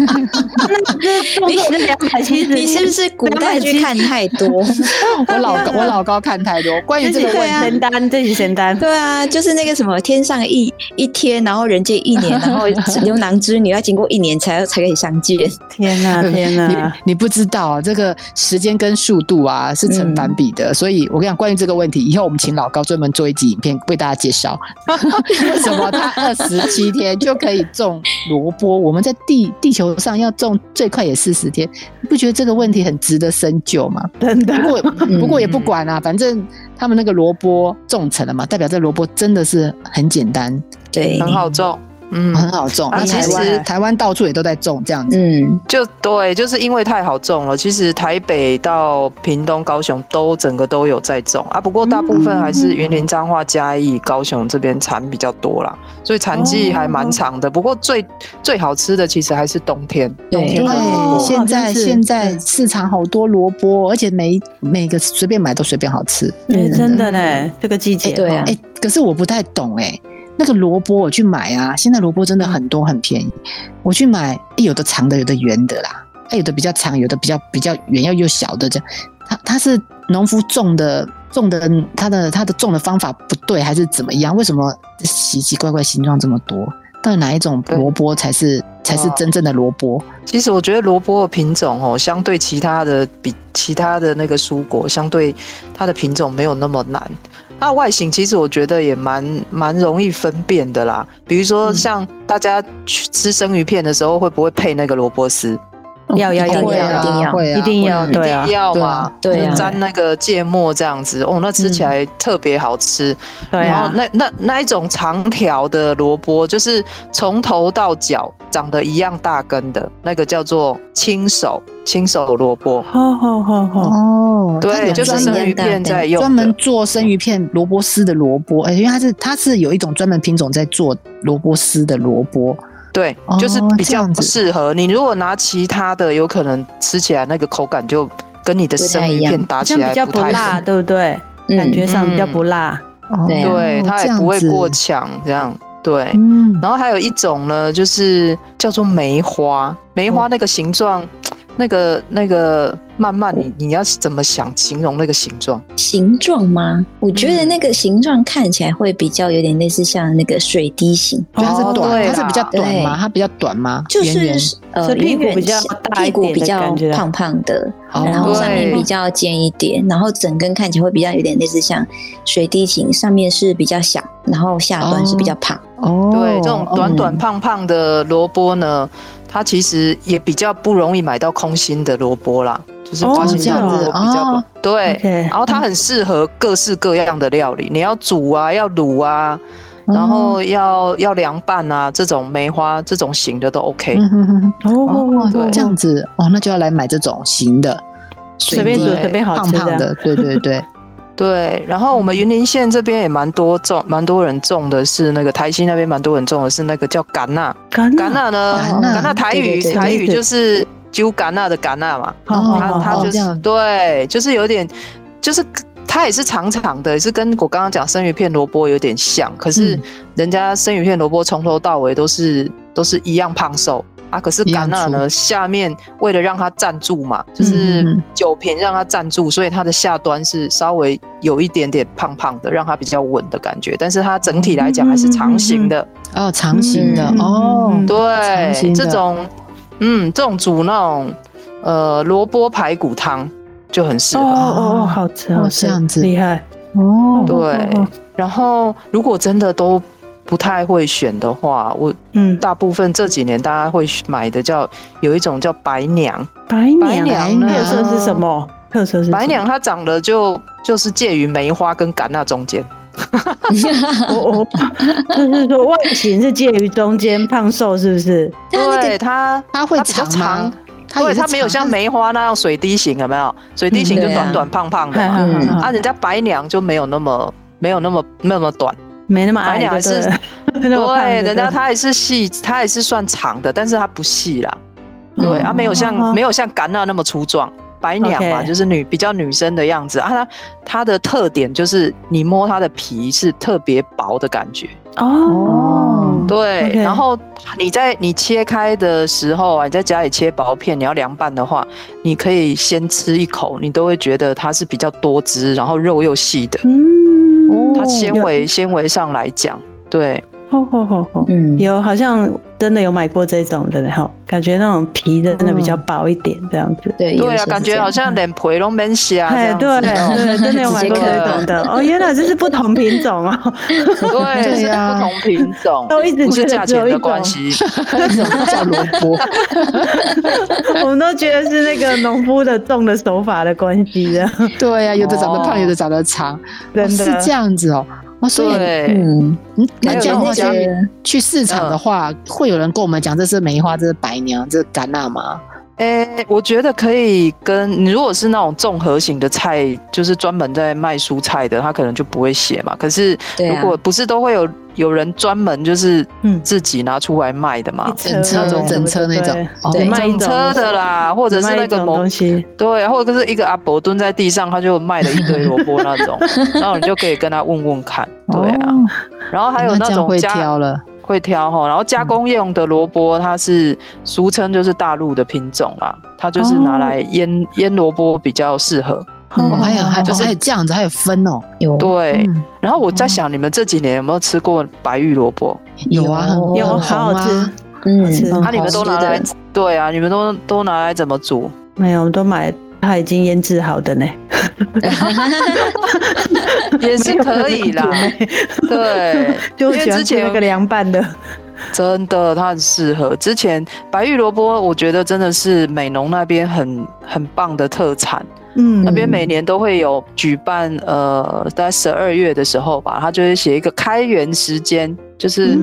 Speaker 4: 那这动作是两百七十，
Speaker 3: 你是不是 *laughs* 古代剧看太多？
Speaker 2: 我老高我老高看太多关于这
Speaker 4: 自己
Speaker 2: 个问
Speaker 3: 对啊
Speaker 2: 题，
Speaker 4: 承担，自己承
Speaker 3: *laughs*
Speaker 4: 担。
Speaker 3: 对啊，就是那个什么天上一一天，然后人间一
Speaker 4: *laughs*
Speaker 3: 年，然后牛郎织女要经过一年才才可以相见。
Speaker 4: 天哪，啊天哪！
Speaker 2: 你你不知道啊这个时间跟速度啊是成反比的，所以我跟你讲，关于这个问题，以后我们请老高专门做一集影片为大家介绍，为什么他二十七天就可以种萝卜，我们在地地球上要种最快也四十天，你不觉得这个问题很值得深究吗？
Speaker 4: 真的
Speaker 2: 不，过不过也不管啦、反正他们那个萝卜种成了嘛，代表这萝卜真的是很简单，
Speaker 3: 对，
Speaker 5: 很好种，嗯，
Speaker 2: 很好种。
Speaker 5: 啊
Speaker 2: 那台
Speaker 5: 其实
Speaker 2: 湾台湾到处也都在种这样子，
Speaker 3: 嗯，
Speaker 5: 就对，就是因为太好种了。其实台北到屏东、高雄都整个都有在种啊，不过大部分还是云林、彰化、嘉义、高雄这边产比较多啦，所以产季还蛮长的。不过最最好吃的其实还是冬天，冬天
Speaker 3: 对
Speaker 5: 的萝
Speaker 4: 哦
Speaker 5: 卜。
Speaker 2: 现在
Speaker 4: 好像是
Speaker 2: 现在市场好多萝卜，而且每一每个随便买都随便好吃。
Speaker 4: 哎
Speaker 3: 嗯
Speaker 4: 真的嘞，这个季节
Speaker 3: 哎对啊
Speaker 2: 哎、可是我不太懂哎、那个萝卜我去买啊，现在萝卜真的很多很便宜，我去买哎有的长的，有的圆的啦，哎，有的比较长，有的比较比较圆，要又小的这样。它它是农夫种的种的，它的它的种的方法不对还是怎么样？为什么奇奇怪怪形状这么多？到底哪一种萝卜才是才是
Speaker 5: 哦
Speaker 2: 真正的萝卜？
Speaker 5: 其实我觉得萝卜的品种哦，相对其他的比其他的那个蔬果，相对它的品种没有那么难。它的外形其实我觉得也蛮蛮容易分辨的啦。比如
Speaker 3: 嗯
Speaker 5: 说像大家去吃生鱼片的时候，会不会配那个萝卜丝？
Speaker 4: 要要
Speaker 3: 会
Speaker 4: 要
Speaker 2: 会
Speaker 4: 要，
Speaker 3: 一定
Speaker 2: 啊，
Speaker 3: 要
Speaker 2: 会啊，
Speaker 4: 一定要，
Speaker 2: 会啊
Speaker 4: 对啊，
Speaker 5: 要
Speaker 2: 对
Speaker 5: 嘛
Speaker 2: 啊，
Speaker 3: 对啊
Speaker 5: 就沾那个芥末这样子，哦，那吃起来特别好吃。
Speaker 4: 对
Speaker 5: 然后
Speaker 4: 啊，
Speaker 5: 那那那一种长条的萝卜，就是从头到脚长得一样大根的那个叫做青手青手萝卜。
Speaker 4: 好好好好，
Speaker 2: 哦，它
Speaker 5: 对，
Speaker 2: 有
Speaker 5: 就是
Speaker 2: 专
Speaker 5: 生
Speaker 2: 门
Speaker 5: 鱼片在用的，
Speaker 2: 专门做生鱼片萝卜丝的萝卜，哎、因为它是它是有一种专门品种在做萝卜丝的萝卜，
Speaker 5: 对
Speaker 2: 哦，
Speaker 5: 就是比
Speaker 2: 这
Speaker 5: 较
Speaker 2: 样子
Speaker 5: 不适合你。如果拿其他的，有可能吃起来那个口感就跟你的
Speaker 3: 不太
Speaker 5: 生鱼
Speaker 3: 一样
Speaker 5: 片打
Speaker 4: 好
Speaker 5: 起
Speaker 4: 像
Speaker 5: 来
Speaker 4: 比较不
Speaker 5: 太
Speaker 4: 辣，
Speaker 5: 合，
Speaker 4: 对不对？
Speaker 3: 嗯
Speaker 4: 感觉上比较不辣。
Speaker 2: 哦
Speaker 3: 对啊
Speaker 5: 对，它也不会过，强，这样对
Speaker 2: 这样子。嗯，
Speaker 4: 嗯
Speaker 5: 然后还有一种呢，就是叫做梅花，梅花那个形状。那个那个慢慢你你要怎么想形容那个形状？
Speaker 3: 形状吗？我觉
Speaker 4: 嗯
Speaker 3: 得那个形状看起来会比较有点类似像那个水滴形，
Speaker 2: 它是
Speaker 5: 哦
Speaker 2: 短，
Speaker 5: 对
Speaker 2: 它是比较
Speaker 5: 啦
Speaker 2: 短
Speaker 3: 对
Speaker 2: 吗？它比较短吗？
Speaker 3: 就
Speaker 2: 圆圆
Speaker 3: 是呃
Speaker 4: 所以屁股
Speaker 3: 圆圆
Speaker 4: 比较
Speaker 3: 形
Speaker 4: 大一
Speaker 3: 屁股
Speaker 4: 点
Speaker 3: 比
Speaker 4: 的
Speaker 3: 较
Speaker 4: 感觉啊
Speaker 3: 胖胖的，
Speaker 2: 哦
Speaker 3: 然后上面
Speaker 5: 对
Speaker 3: 比较尖一点，然后整根看起来会比较有点类似像水滴形，上面是比较小，然后下端是比较胖。
Speaker 2: 哦，
Speaker 5: 对，这种短短
Speaker 2: 嗯
Speaker 5: 胖胖的萝卜呢，
Speaker 4: 嗯
Speaker 5: 它其实也比较不容易买到空心的萝卜啦，就是
Speaker 4: 哦
Speaker 5: 花心
Speaker 4: 这
Speaker 5: 大
Speaker 4: 样
Speaker 5: 萝卜
Speaker 2: 子
Speaker 5: 比较不、
Speaker 2: 哦
Speaker 5: 嗯对。
Speaker 4: OK，
Speaker 5: 然后它很适合各式各样的料理，你要煮啊，要卤啊，然
Speaker 4: 嗯
Speaker 5: 后要要凉拌啊，这种梅花这种型的都 OK。
Speaker 2: 嗯哼哼哼
Speaker 4: 哦
Speaker 5: 对
Speaker 2: 这样子哦，那就要来买这种型的，
Speaker 4: 随便
Speaker 2: 水
Speaker 4: 煮
Speaker 2: 滴
Speaker 5: 对
Speaker 4: 随便好
Speaker 2: 胖
Speaker 4: 吃
Speaker 2: 胖
Speaker 4: 的，
Speaker 2: 的，对对
Speaker 4: *laughs*
Speaker 2: 对，
Speaker 5: 对，然后我们云林县这边也蛮多种，蛮多人种的是那个台西那边蛮多人种的是那个叫橄榄，
Speaker 4: 橄
Speaker 5: 橄榄呢，
Speaker 2: 橄榄
Speaker 5: 橄榄台
Speaker 3: 对
Speaker 5: 语
Speaker 3: 对对
Speaker 5: 台语就是揪橄榄的橄榄嘛，
Speaker 4: 哦
Speaker 5: 它
Speaker 4: 哦
Speaker 5: 它
Speaker 4: 哦
Speaker 5: 就
Speaker 2: 这
Speaker 5: 是
Speaker 2: 样
Speaker 5: 对，就是有点，就是它也是长长的，也是跟我刚刚讲生鱼片萝卜有点像，可是
Speaker 2: 嗯
Speaker 5: 人家生鱼片萝卜从头到尾都是都是一样胖瘦啊，可是
Speaker 2: 一样
Speaker 5: 橄榄呢，下面为了让它站住嘛，就
Speaker 2: 嗯嗯
Speaker 5: 是
Speaker 2: 嗯
Speaker 5: 酒瓶让它站住，所以它的下端是稍微有一点点胖胖的，让它比较稳的感觉，但是它整体来讲还是
Speaker 2: 嗯
Speaker 5: 长形的。
Speaker 2: 哦，长形的
Speaker 3: 嗯
Speaker 2: 哦，
Speaker 4: 嗯
Speaker 2: 长形
Speaker 5: 对，
Speaker 2: 的
Speaker 5: 这种，嗯，这种煮那种呃萝卜排骨汤就很适
Speaker 4: 哦
Speaker 5: 合。
Speaker 4: 哦哦，好吃，好吃，
Speaker 2: 哦这样子
Speaker 4: 厉害
Speaker 2: 哦，
Speaker 5: 对然后，如果真的都不太会选的话，我
Speaker 4: 嗯，
Speaker 5: 大部分这几年大家会买的叫有一种叫白娘，
Speaker 4: 白
Speaker 5: 白
Speaker 4: 娘
Speaker 5: 娘
Speaker 2: 呢
Speaker 4: 特色是什？么？特色是什么
Speaker 5: 白娘，它长得就就是介于梅花跟橄榄中间。
Speaker 4: 哦哦， *laughs* 就是说外形是介于中间，胖瘦是不是？
Speaker 3: 它那个
Speaker 5: 对它，
Speaker 2: 它会
Speaker 5: 它比较
Speaker 2: 长吗
Speaker 5: 长？
Speaker 2: 也
Speaker 5: 对
Speaker 2: 是
Speaker 5: 它没有
Speaker 2: 长
Speaker 5: 像梅花那样水滴型，有没有？水滴型
Speaker 3: 嗯
Speaker 5: 就
Speaker 3: 对啊
Speaker 5: 短短胖胖的嘛。
Speaker 3: 嗯
Speaker 4: 嗯
Speaker 5: 啊，人家白娘就没有那么没有那么那么短，
Speaker 4: 没那么
Speaker 5: 白
Speaker 4: 矮
Speaker 5: 娘
Speaker 4: 的，
Speaker 5: 是 *laughs*
Speaker 4: 对那么胖
Speaker 5: 对，
Speaker 4: 的
Speaker 5: 人家它也是细，它也是算长的，但是它不细啦，对，
Speaker 3: 嗯
Speaker 5: 啊，没有
Speaker 4: 哦
Speaker 5: 像没有像橄榄那么粗壮，白娘嘛，
Speaker 4: OK
Speaker 5: 就是女比较女生的样子啊，它它的特点就是你摸它的皮是特别薄的感觉，
Speaker 3: *laughs*
Speaker 4: 哦，
Speaker 5: 对，
Speaker 4: OK
Speaker 5: 然后你在你切开的时候啊，你在家里切薄片，你要凉拌的话，你可以先吃一口，你都会觉得它是比较多汁，然后肉又细的，
Speaker 4: 嗯，
Speaker 5: 它纤维纤维上来讲，对。
Speaker 4: 有，吼吼吼吼，
Speaker 3: 嗯，
Speaker 4: 哦有好像真的有买过这种
Speaker 5: 嗯
Speaker 4: 的，然后感觉那种皮的真的比较薄一点，这样子。
Speaker 3: 对
Speaker 5: 对
Speaker 3: 有一些
Speaker 5: 啊，
Speaker 3: 是
Speaker 5: 感
Speaker 3: 这
Speaker 5: 觉
Speaker 3: 样
Speaker 5: 好像连皮都没洗啊，这
Speaker 4: 哎，
Speaker 5: 样子
Speaker 4: 对对，真的有买过
Speaker 5: 直接
Speaker 4: 这种
Speaker 5: *laughs*
Speaker 4: 的哦，原来这是不同品种哦，
Speaker 5: 对，
Speaker 2: 对呀
Speaker 3: 啊
Speaker 5: 是不同品种，
Speaker 4: 都一直
Speaker 5: 不是
Speaker 4: 觉得
Speaker 5: 价
Speaker 4: 只有
Speaker 5: 钱
Speaker 4: 一
Speaker 5: 的
Speaker 4: 种
Speaker 5: 关系，
Speaker 2: 叫萝
Speaker 5: *laughs*
Speaker 2: 卜，
Speaker 4: *laughs* 我们都觉得是那个农夫的种的手法的关系的，
Speaker 2: 对啊呀，有的长得
Speaker 5: 哦
Speaker 2: 胖，有的长得长，
Speaker 4: 真
Speaker 2: 哦是
Speaker 4: 的
Speaker 2: 这样子哦。哦，所以
Speaker 5: 对，
Speaker 3: 嗯，
Speaker 2: 嗯那
Speaker 5: 还有
Speaker 2: 这样的话，
Speaker 3: 那
Speaker 5: 那
Speaker 2: 去
Speaker 3: 些
Speaker 2: 去市场的话，会有人跟我们讲这是梅花，这是白娘，这是橄榄吗？
Speaker 5: 诶，我觉得可以跟你，如果是那种综合型的菜，就是专门在卖蔬菜的，他可能就不会写嘛。可是
Speaker 3: 对
Speaker 5: 如
Speaker 3: 啊
Speaker 5: 果不是都会有有人专门就是
Speaker 4: 嗯
Speaker 5: 自己拿出来卖的嘛，
Speaker 3: 嗯
Speaker 2: 整车
Speaker 4: 一
Speaker 2: 整车那种，哦
Speaker 3: 对
Speaker 4: 卖一
Speaker 5: 整
Speaker 4: 种
Speaker 5: 车的啦，或者是
Speaker 4: 卖
Speaker 5: 那
Speaker 4: 一
Speaker 5: 个
Speaker 4: 种
Speaker 5: 某
Speaker 4: 东西，
Speaker 5: 对，或者是一个阿伯蹲在地上，他就卖了一堆萝卜那种，然后你就可以跟他问问看，对啊。
Speaker 2: 哦
Speaker 5: 然后还有
Speaker 2: 那这样
Speaker 5: 种
Speaker 2: 会
Speaker 5: 加
Speaker 2: 挑了，
Speaker 5: 会挑哈，然后加工用的萝卜，它是俗称就是大陆的品种啦，它就是拿来
Speaker 4: 哦
Speaker 5: 腌、腌萝卜比较适合。
Speaker 2: 哦，还
Speaker 4: 啊
Speaker 2: 有还
Speaker 5: 嗯就
Speaker 2: 哦
Speaker 5: 是
Speaker 2: 还有这样子，还有分哦，
Speaker 3: 嗯有
Speaker 5: 对，
Speaker 2: 嗯
Speaker 5: 然后我在想，你们这几年有没有吃过白玉萝卜？
Speaker 2: 有啊，
Speaker 5: 哦
Speaker 2: 很
Speaker 4: 有
Speaker 2: 很
Speaker 4: 好
Speaker 2: 红
Speaker 4: 好吃
Speaker 2: 啊，，
Speaker 4: 好吃
Speaker 3: 嗯，
Speaker 5: 啊，你们都
Speaker 3: 好吃
Speaker 5: 拿
Speaker 4: 哦
Speaker 5: 来
Speaker 3: 的
Speaker 5: 对啊，你们都都拿来怎么
Speaker 4: *laughs*
Speaker 5: 煮？
Speaker 4: 没有，我们都买它已经腌制好的呢，
Speaker 5: 也是可以啦，对，
Speaker 4: *laughs* 就
Speaker 5: 因为
Speaker 4: 喜欢吃
Speaker 5: 之前
Speaker 4: 那个凉拌的，
Speaker 5: 真的，它很适合。之前白玉萝卜，我觉得真的是美浓那边很很棒的特产。
Speaker 4: 嗯
Speaker 5: 那边每年都会有举办，呃，在十二月的时候吧，他就会写一个开园时间，
Speaker 4: 嗯
Speaker 5: 就是、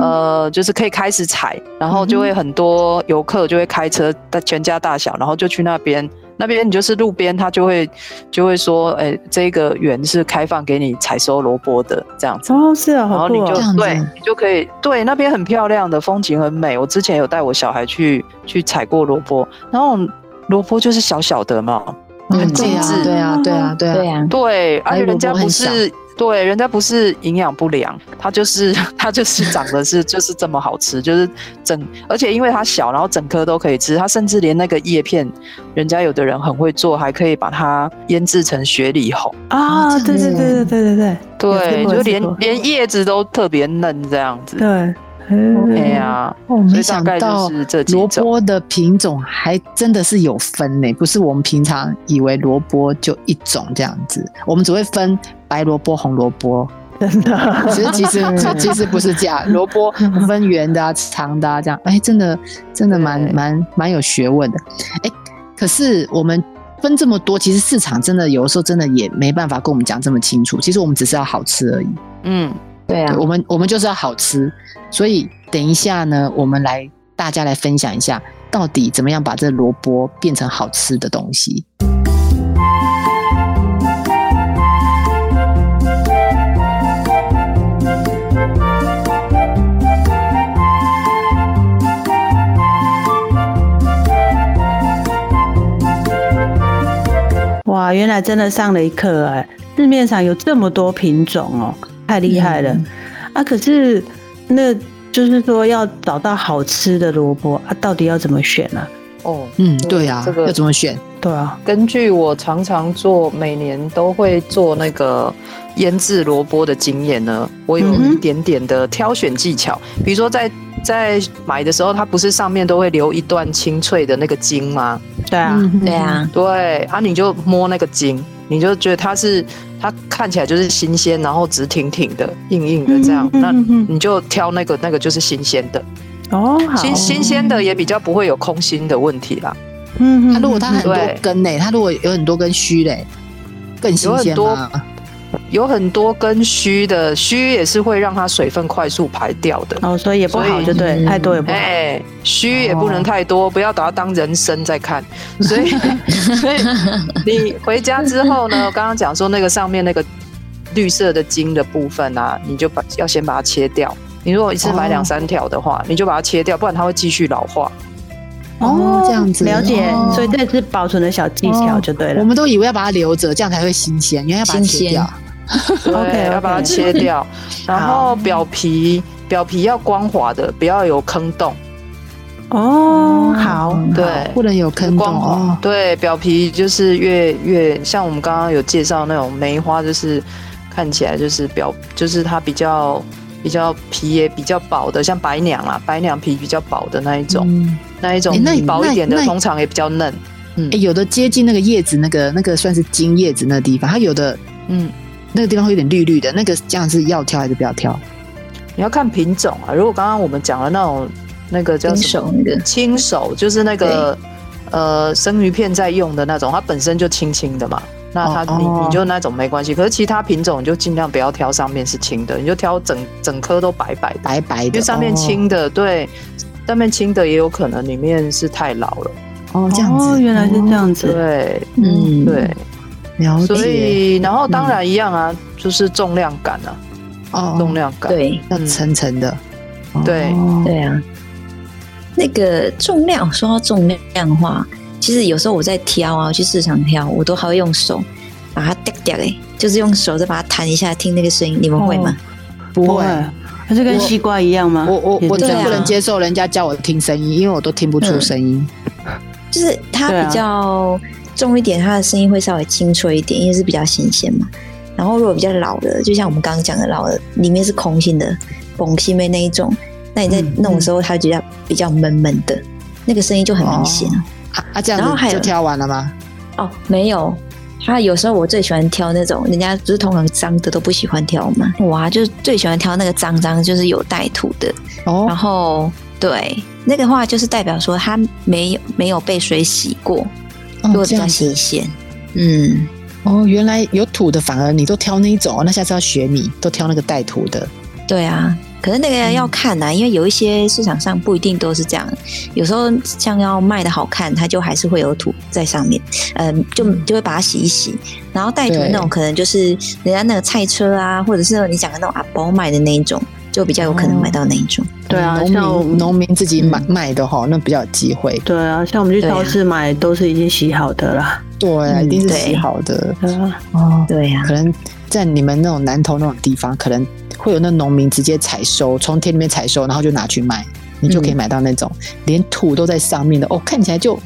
Speaker 5: 呃，就是可以开始采，然后就会很多游客就会开车，大全家大小，然后就去那边。那边你就是路边，他就会就会说，哎、这个园是开放给你采收萝卜的这样子。
Speaker 4: 哦是啊，
Speaker 5: 然
Speaker 4: 好
Speaker 5: 后
Speaker 4: 酷
Speaker 5: 你
Speaker 2: 这
Speaker 5: 就
Speaker 4: 哦，
Speaker 2: 样子
Speaker 5: 对，你就可以对那边很漂亮的风景很美。我之前有带我小孩去去采过萝卜，然后萝卜就是小小的嘛，
Speaker 3: 嗯
Speaker 5: 很
Speaker 2: 对
Speaker 5: 精
Speaker 2: 啊
Speaker 5: 致，
Speaker 2: 对啊对啊对啊
Speaker 3: 对，啊，
Speaker 5: 对，而
Speaker 2: 白
Speaker 5: 且
Speaker 2: 萝
Speaker 5: 人
Speaker 2: 卜
Speaker 5: 家
Speaker 2: 很
Speaker 5: 不
Speaker 2: 小
Speaker 5: 是对，人家不是营养不良，它就是 *laughs* 它就是长得是就是这么好吃，就是整，而且因为它小，然后整颗都可以吃，它甚至连那个叶片，人家有的人很会做，还可以把它腌制成雪里红，
Speaker 4: 啊，对对对对对对对
Speaker 5: 对，
Speaker 4: 有
Speaker 5: 就
Speaker 4: 吃过有吃
Speaker 5: 连
Speaker 4: 过
Speaker 5: 连叶子都特别嫩这样子。
Speaker 4: 对，
Speaker 5: 哎
Speaker 4: 嗯
Speaker 5: 呀，
Speaker 2: 哦，
Speaker 5: 所
Speaker 2: 没
Speaker 5: 以大
Speaker 2: 想
Speaker 5: 概就
Speaker 2: 到
Speaker 5: 是这几
Speaker 2: 萝
Speaker 5: 种。
Speaker 2: 卜的品种还真的是有分呢，不是我们平常以为萝卜就一种这样子，我们只会分白萝卜、红萝卜，
Speaker 4: 真的，
Speaker 2: *laughs* 其实其实其其实不是这样，萝卜分圆的啊、长的啊这样，哎，真的真的蛮
Speaker 5: 对
Speaker 2: 蛮蛮有学问的，哎，可是我们。分这么多，其实市场真的有的时候真的也没办法跟我们讲这么清楚。其实我们只是要好吃而已。
Speaker 5: 嗯，
Speaker 3: 对啊
Speaker 2: 对，我们我们就是要好吃，所以等一下呢，我们来大家来分享一下，到底怎么样把这萝卜变成好吃的东西。
Speaker 4: 哇，原来真的上了一课哎、市面上有这么多品种哦、太厉害了、
Speaker 2: 嗯
Speaker 4: 啊！可是那就是说要找到好吃的萝卜啊，到底要怎么选呢、啊？
Speaker 5: 哦，
Speaker 2: 嗯，对啊，
Speaker 5: 这个
Speaker 2: 要怎么选？
Speaker 4: 对啊，
Speaker 5: 根据我常常做，每年都会做那个腌制萝卜的经验呢，我有
Speaker 4: 嗯哼
Speaker 5: 一点点的挑选技巧。比如说在在买的时候，它不是上面都会留一段清脆的那个筋吗？
Speaker 4: 对啊，
Speaker 2: 嗯
Speaker 3: 对，啊，
Speaker 5: 对啊，你就摸那个筋，你就觉得它是它看起来就是新鲜，然后直挺挺的、硬硬的这样。
Speaker 4: 嗯
Speaker 5: 那
Speaker 4: 嗯嗯
Speaker 5: 你就挑那个那个就是新鲜的，
Speaker 4: 哦，好，
Speaker 5: 新新鲜的也比较不会有空心的问题啦。
Speaker 4: 嗯
Speaker 2: 它如果它很多
Speaker 5: 对
Speaker 2: 根呢，它如果有很多根须嘞，更新鲜
Speaker 5: 有
Speaker 2: 吗
Speaker 5: 很？有很多根须的须也是会让它水分快速排掉的。
Speaker 4: 哦，所以也不好，就对，
Speaker 2: 嗯
Speaker 4: 太多也不好，
Speaker 5: 哎，须也不能太多，不要把它当人参在看。所以，所以你回家之后呢，我刚刚讲说那个上面那个绿色的茎的部分啊，你就把要先把它切掉。你如果一次买两三条的话，你就把它切掉，不然它会继续老化。
Speaker 2: 哦这样子
Speaker 4: 了解，
Speaker 2: 哦
Speaker 4: 所以这是保存的小技巧就对了。
Speaker 2: 我们都以为要把它留着，这样才会新鲜，原来要把它
Speaker 3: 新
Speaker 2: 切
Speaker 3: 鲜
Speaker 2: 掉。
Speaker 5: 对
Speaker 4: OK，OK
Speaker 5: 要把它切掉。然后表皮表皮要光滑的，不要有坑洞。
Speaker 4: 哦，好，
Speaker 5: 对，
Speaker 2: 不能有坑洞
Speaker 5: 光滑、
Speaker 2: 哦。
Speaker 5: 对，表皮就是越越像我们刚刚有介绍那种梅花，就是看起来就是表就是它比较比较皮也比较薄的，像白娘啦，白娘皮比较薄的那一种，
Speaker 2: 嗯，
Speaker 5: 那一种
Speaker 2: 诶那
Speaker 5: 皮薄一点的
Speaker 2: 那那
Speaker 5: 通常也比较嫩。
Speaker 2: 哎，有的接近那个叶子，那个那个算是茎叶子那个地方，它有的
Speaker 5: 嗯，
Speaker 2: 那个地方会有点绿绿的，那个这样是要挑还是不要挑？
Speaker 5: 你要看品种啊。如果刚刚我们讲的那种那个叫
Speaker 3: 金
Speaker 5: 什么
Speaker 3: 手那个，
Speaker 5: 青手，就是那个呃生鱼片在用的那种，它本身就青青的嘛。那它
Speaker 2: 哦
Speaker 5: 你
Speaker 2: 哦
Speaker 5: 你就那种没关系，可是其他品种你就尽量不要挑上面是青的，你就挑整整颗都白白的。
Speaker 2: 白白
Speaker 5: 因
Speaker 2: 的，
Speaker 5: 为上面
Speaker 2: 哦
Speaker 5: 青的，对，上面青的也有可能里面是太老了，
Speaker 2: 哦，这样子，
Speaker 4: 哦，原来是这样子，
Speaker 5: 对
Speaker 3: 嗯，
Speaker 2: 嗯，
Speaker 5: 对，
Speaker 2: 了解，
Speaker 5: 所以然后当然一样啊，就是重量感啊，
Speaker 2: 哦，
Speaker 5: 重量感，
Speaker 3: 对
Speaker 2: 要层层的，哦
Speaker 5: 嗯对
Speaker 3: 对啊。那个重量，说到重量的话，其实有时候我在挑啊，我去市场挑，我都还会用手把它嗲嗲哎，就是用手再把它弹一下，听那个声音，你们会吗？
Speaker 2: 不会。，
Speaker 4: 它是跟西瓜一样吗？
Speaker 2: 我我我
Speaker 4: 啊也
Speaker 2: 最
Speaker 4: 是
Speaker 3: 对啊
Speaker 2: 不能接受人家叫我听声音，因为我都听不
Speaker 5: 嗯
Speaker 2: 出声音。
Speaker 3: 就是它
Speaker 4: 对啊
Speaker 3: 比较重一点，它的声音会稍微清脆一点，因为是比较新鲜嘛。然后如果比较老的，就像我们刚刚讲的老的，里面是空心的，崩心妹那一种，那你在
Speaker 2: 嗯
Speaker 3: 弄的时候，它就比较比较闷闷的，那个声音就很明显啊
Speaker 2: 啊啊，这样
Speaker 3: 然后还
Speaker 2: 子
Speaker 3: 有
Speaker 2: 就挑完了吗？
Speaker 3: 哦。没有，它有时候我最喜欢挑那种，人家不是通常脏的都不喜欢挑嘛，我啊就是最喜欢挑那个脏脏，就是有带土的，然
Speaker 2: 哦，
Speaker 3: 后对那个话就是代表说它没有没有被水洗过，如果
Speaker 2: 哦
Speaker 3: 比
Speaker 2: 这
Speaker 3: 较
Speaker 2: 样子
Speaker 3: 新鲜，嗯。
Speaker 2: 哦，原来有土的，反而你都挑那一种哦，那下次要学你，都挑那个带土的。
Speaker 3: 对啊，可是那
Speaker 2: 嗯
Speaker 3: 个要看呐、因为有一些市场上不一定都是这样，有时候像要卖的好看，它就还是会有土在上面，嗯、就就会把它洗一洗，然后带土
Speaker 2: 对
Speaker 3: 那种可能就是人家那个菜车啊，或者是你讲的那种阿伯买的那一种，就比较有可能买到那一种。
Speaker 4: 对啊，
Speaker 2: 嗯农
Speaker 4: 像我
Speaker 2: 民农民自己买
Speaker 3: 嗯
Speaker 2: 卖的哈，那比较有机会。
Speaker 4: 对啊，像我们去
Speaker 3: 对啊
Speaker 4: 超市买都是已经洗好的啦。
Speaker 2: 对啊，
Speaker 3: 嗯
Speaker 2: 一定是
Speaker 3: 对
Speaker 2: 洗好的
Speaker 4: 啊
Speaker 2: 哦。
Speaker 3: 对呀、
Speaker 2: 可能在你们那种南投那种地方，可能会有那农民直接采收，从田里面采收，然后就拿去卖，你就可以买到那种、连土都在上面的哦，看起来就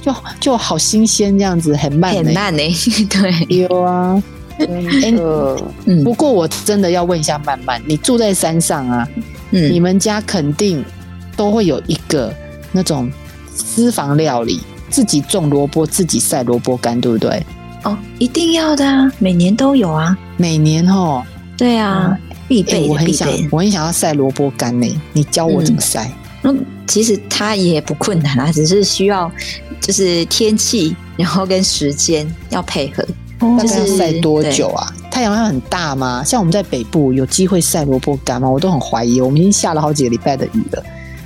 Speaker 2: 就就好新鲜这样子，很慢、欸，
Speaker 3: 很慢呢、 *laughs* 对，
Speaker 2: 有啊。哎、
Speaker 5: 呃，
Speaker 3: 嗯
Speaker 2: 不过我真的要问一下曼曼，你住在山上啊，你
Speaker 3: 嗯，
Speaker 2: 们家肯定都会有一个那种私房料理，自己种萝卜，自己晒萝卜干，对不对？
Speaker 3: 哦，一定要的啊，每年都有啊，
Speaker 2: 每年哦，
Speaker 3: 对啊，必
Speaker 2: 哎、
Speaker 3: 备
Speaker 2: 我
Speaker 3: 的
Speaker 2: 很
Speaker 3: 必
Speaker 2: 想
Speaker 3: 备的。，
Speaker 2: 我很想要晒萝卜干呢，你教我怎么晒？
Speaker 3: 嗯，其实它也不困难啊，只是需要就是天气，然后跟时间要配合。
Speaker 2: 大
Speaker 4: 哦
Speaker 2: 概要
Speaker 3: 就是
Speaker 2: 晒多久啊？太阳要很大吗？像我们在北部有机会晒萝卜干吗？我都很怀疑，我们已经下了好几个礼拜的雨了。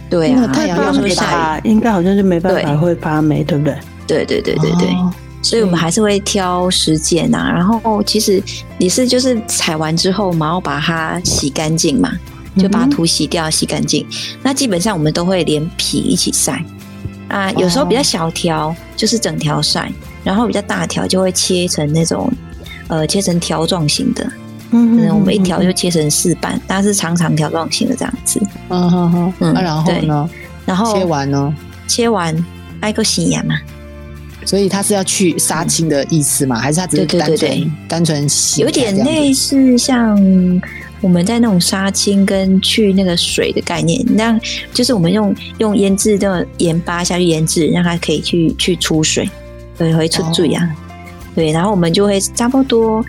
Speaker 3: 对
Speaker 2: 那
Speaker 3: 啊
Speaker 2: 个，太阳
Speaker 3: 要
Speaker 2: 要
Speaker 3: 么
Speaker 2: 很
Speaker 3: 下雨，
Speaker 4: 吧，应该好像是没办
Speaker 3: 对
Speaker 4: 法会发霉，对不对？
Speaker 3: 对对对对对，
Speaker 2: 哦
Speaker 3: 所以我们还是会挑时间啊。然后其实也是就是采完之后嘛，要把它洗干净嘛，
Speaker 2: 嗯
Speaker 3: 就把土洗掉、洗干净。那基本上我们都会连皮一起晒啊，有时候比较小条就是整条晒，然后比较大条就会切成那种呃切成条状型的，
Speaker 4: 嗯
Speaker 3: 可能我们一条就切成四瓣，但是长长条状型的这样子。
Speaker 2: 嗯哼哼，
Speaker 3: 嗯
Speaker 2: 啊然后呢？
Speaker 3: 然后
Speaker 2: 切完呢？
Speaker 3: 切完挨个洗牙嘛，
Speaker 2: 所以它是要去杀青的意思吗？还是它只是
Speaker 3: 对
Speaker 2: 单
Speaker 3: 对
Speaker 2: 纯
Speaker 3: 对对
Speaker 2: 单纯洗
Speaker 3: 有
Speaker 2: 开这样
Speaker 3: 点
Speaker 2: 子？
Speaker 3: 类似像我们在那种杀青跟去那个水的概念，那就是我们用用腌制的盐巴下去腌制，让它可以去去出水，对，会出水
Speaker 2: 哦
Speaker 3: 啊。对，然后我们就会差不多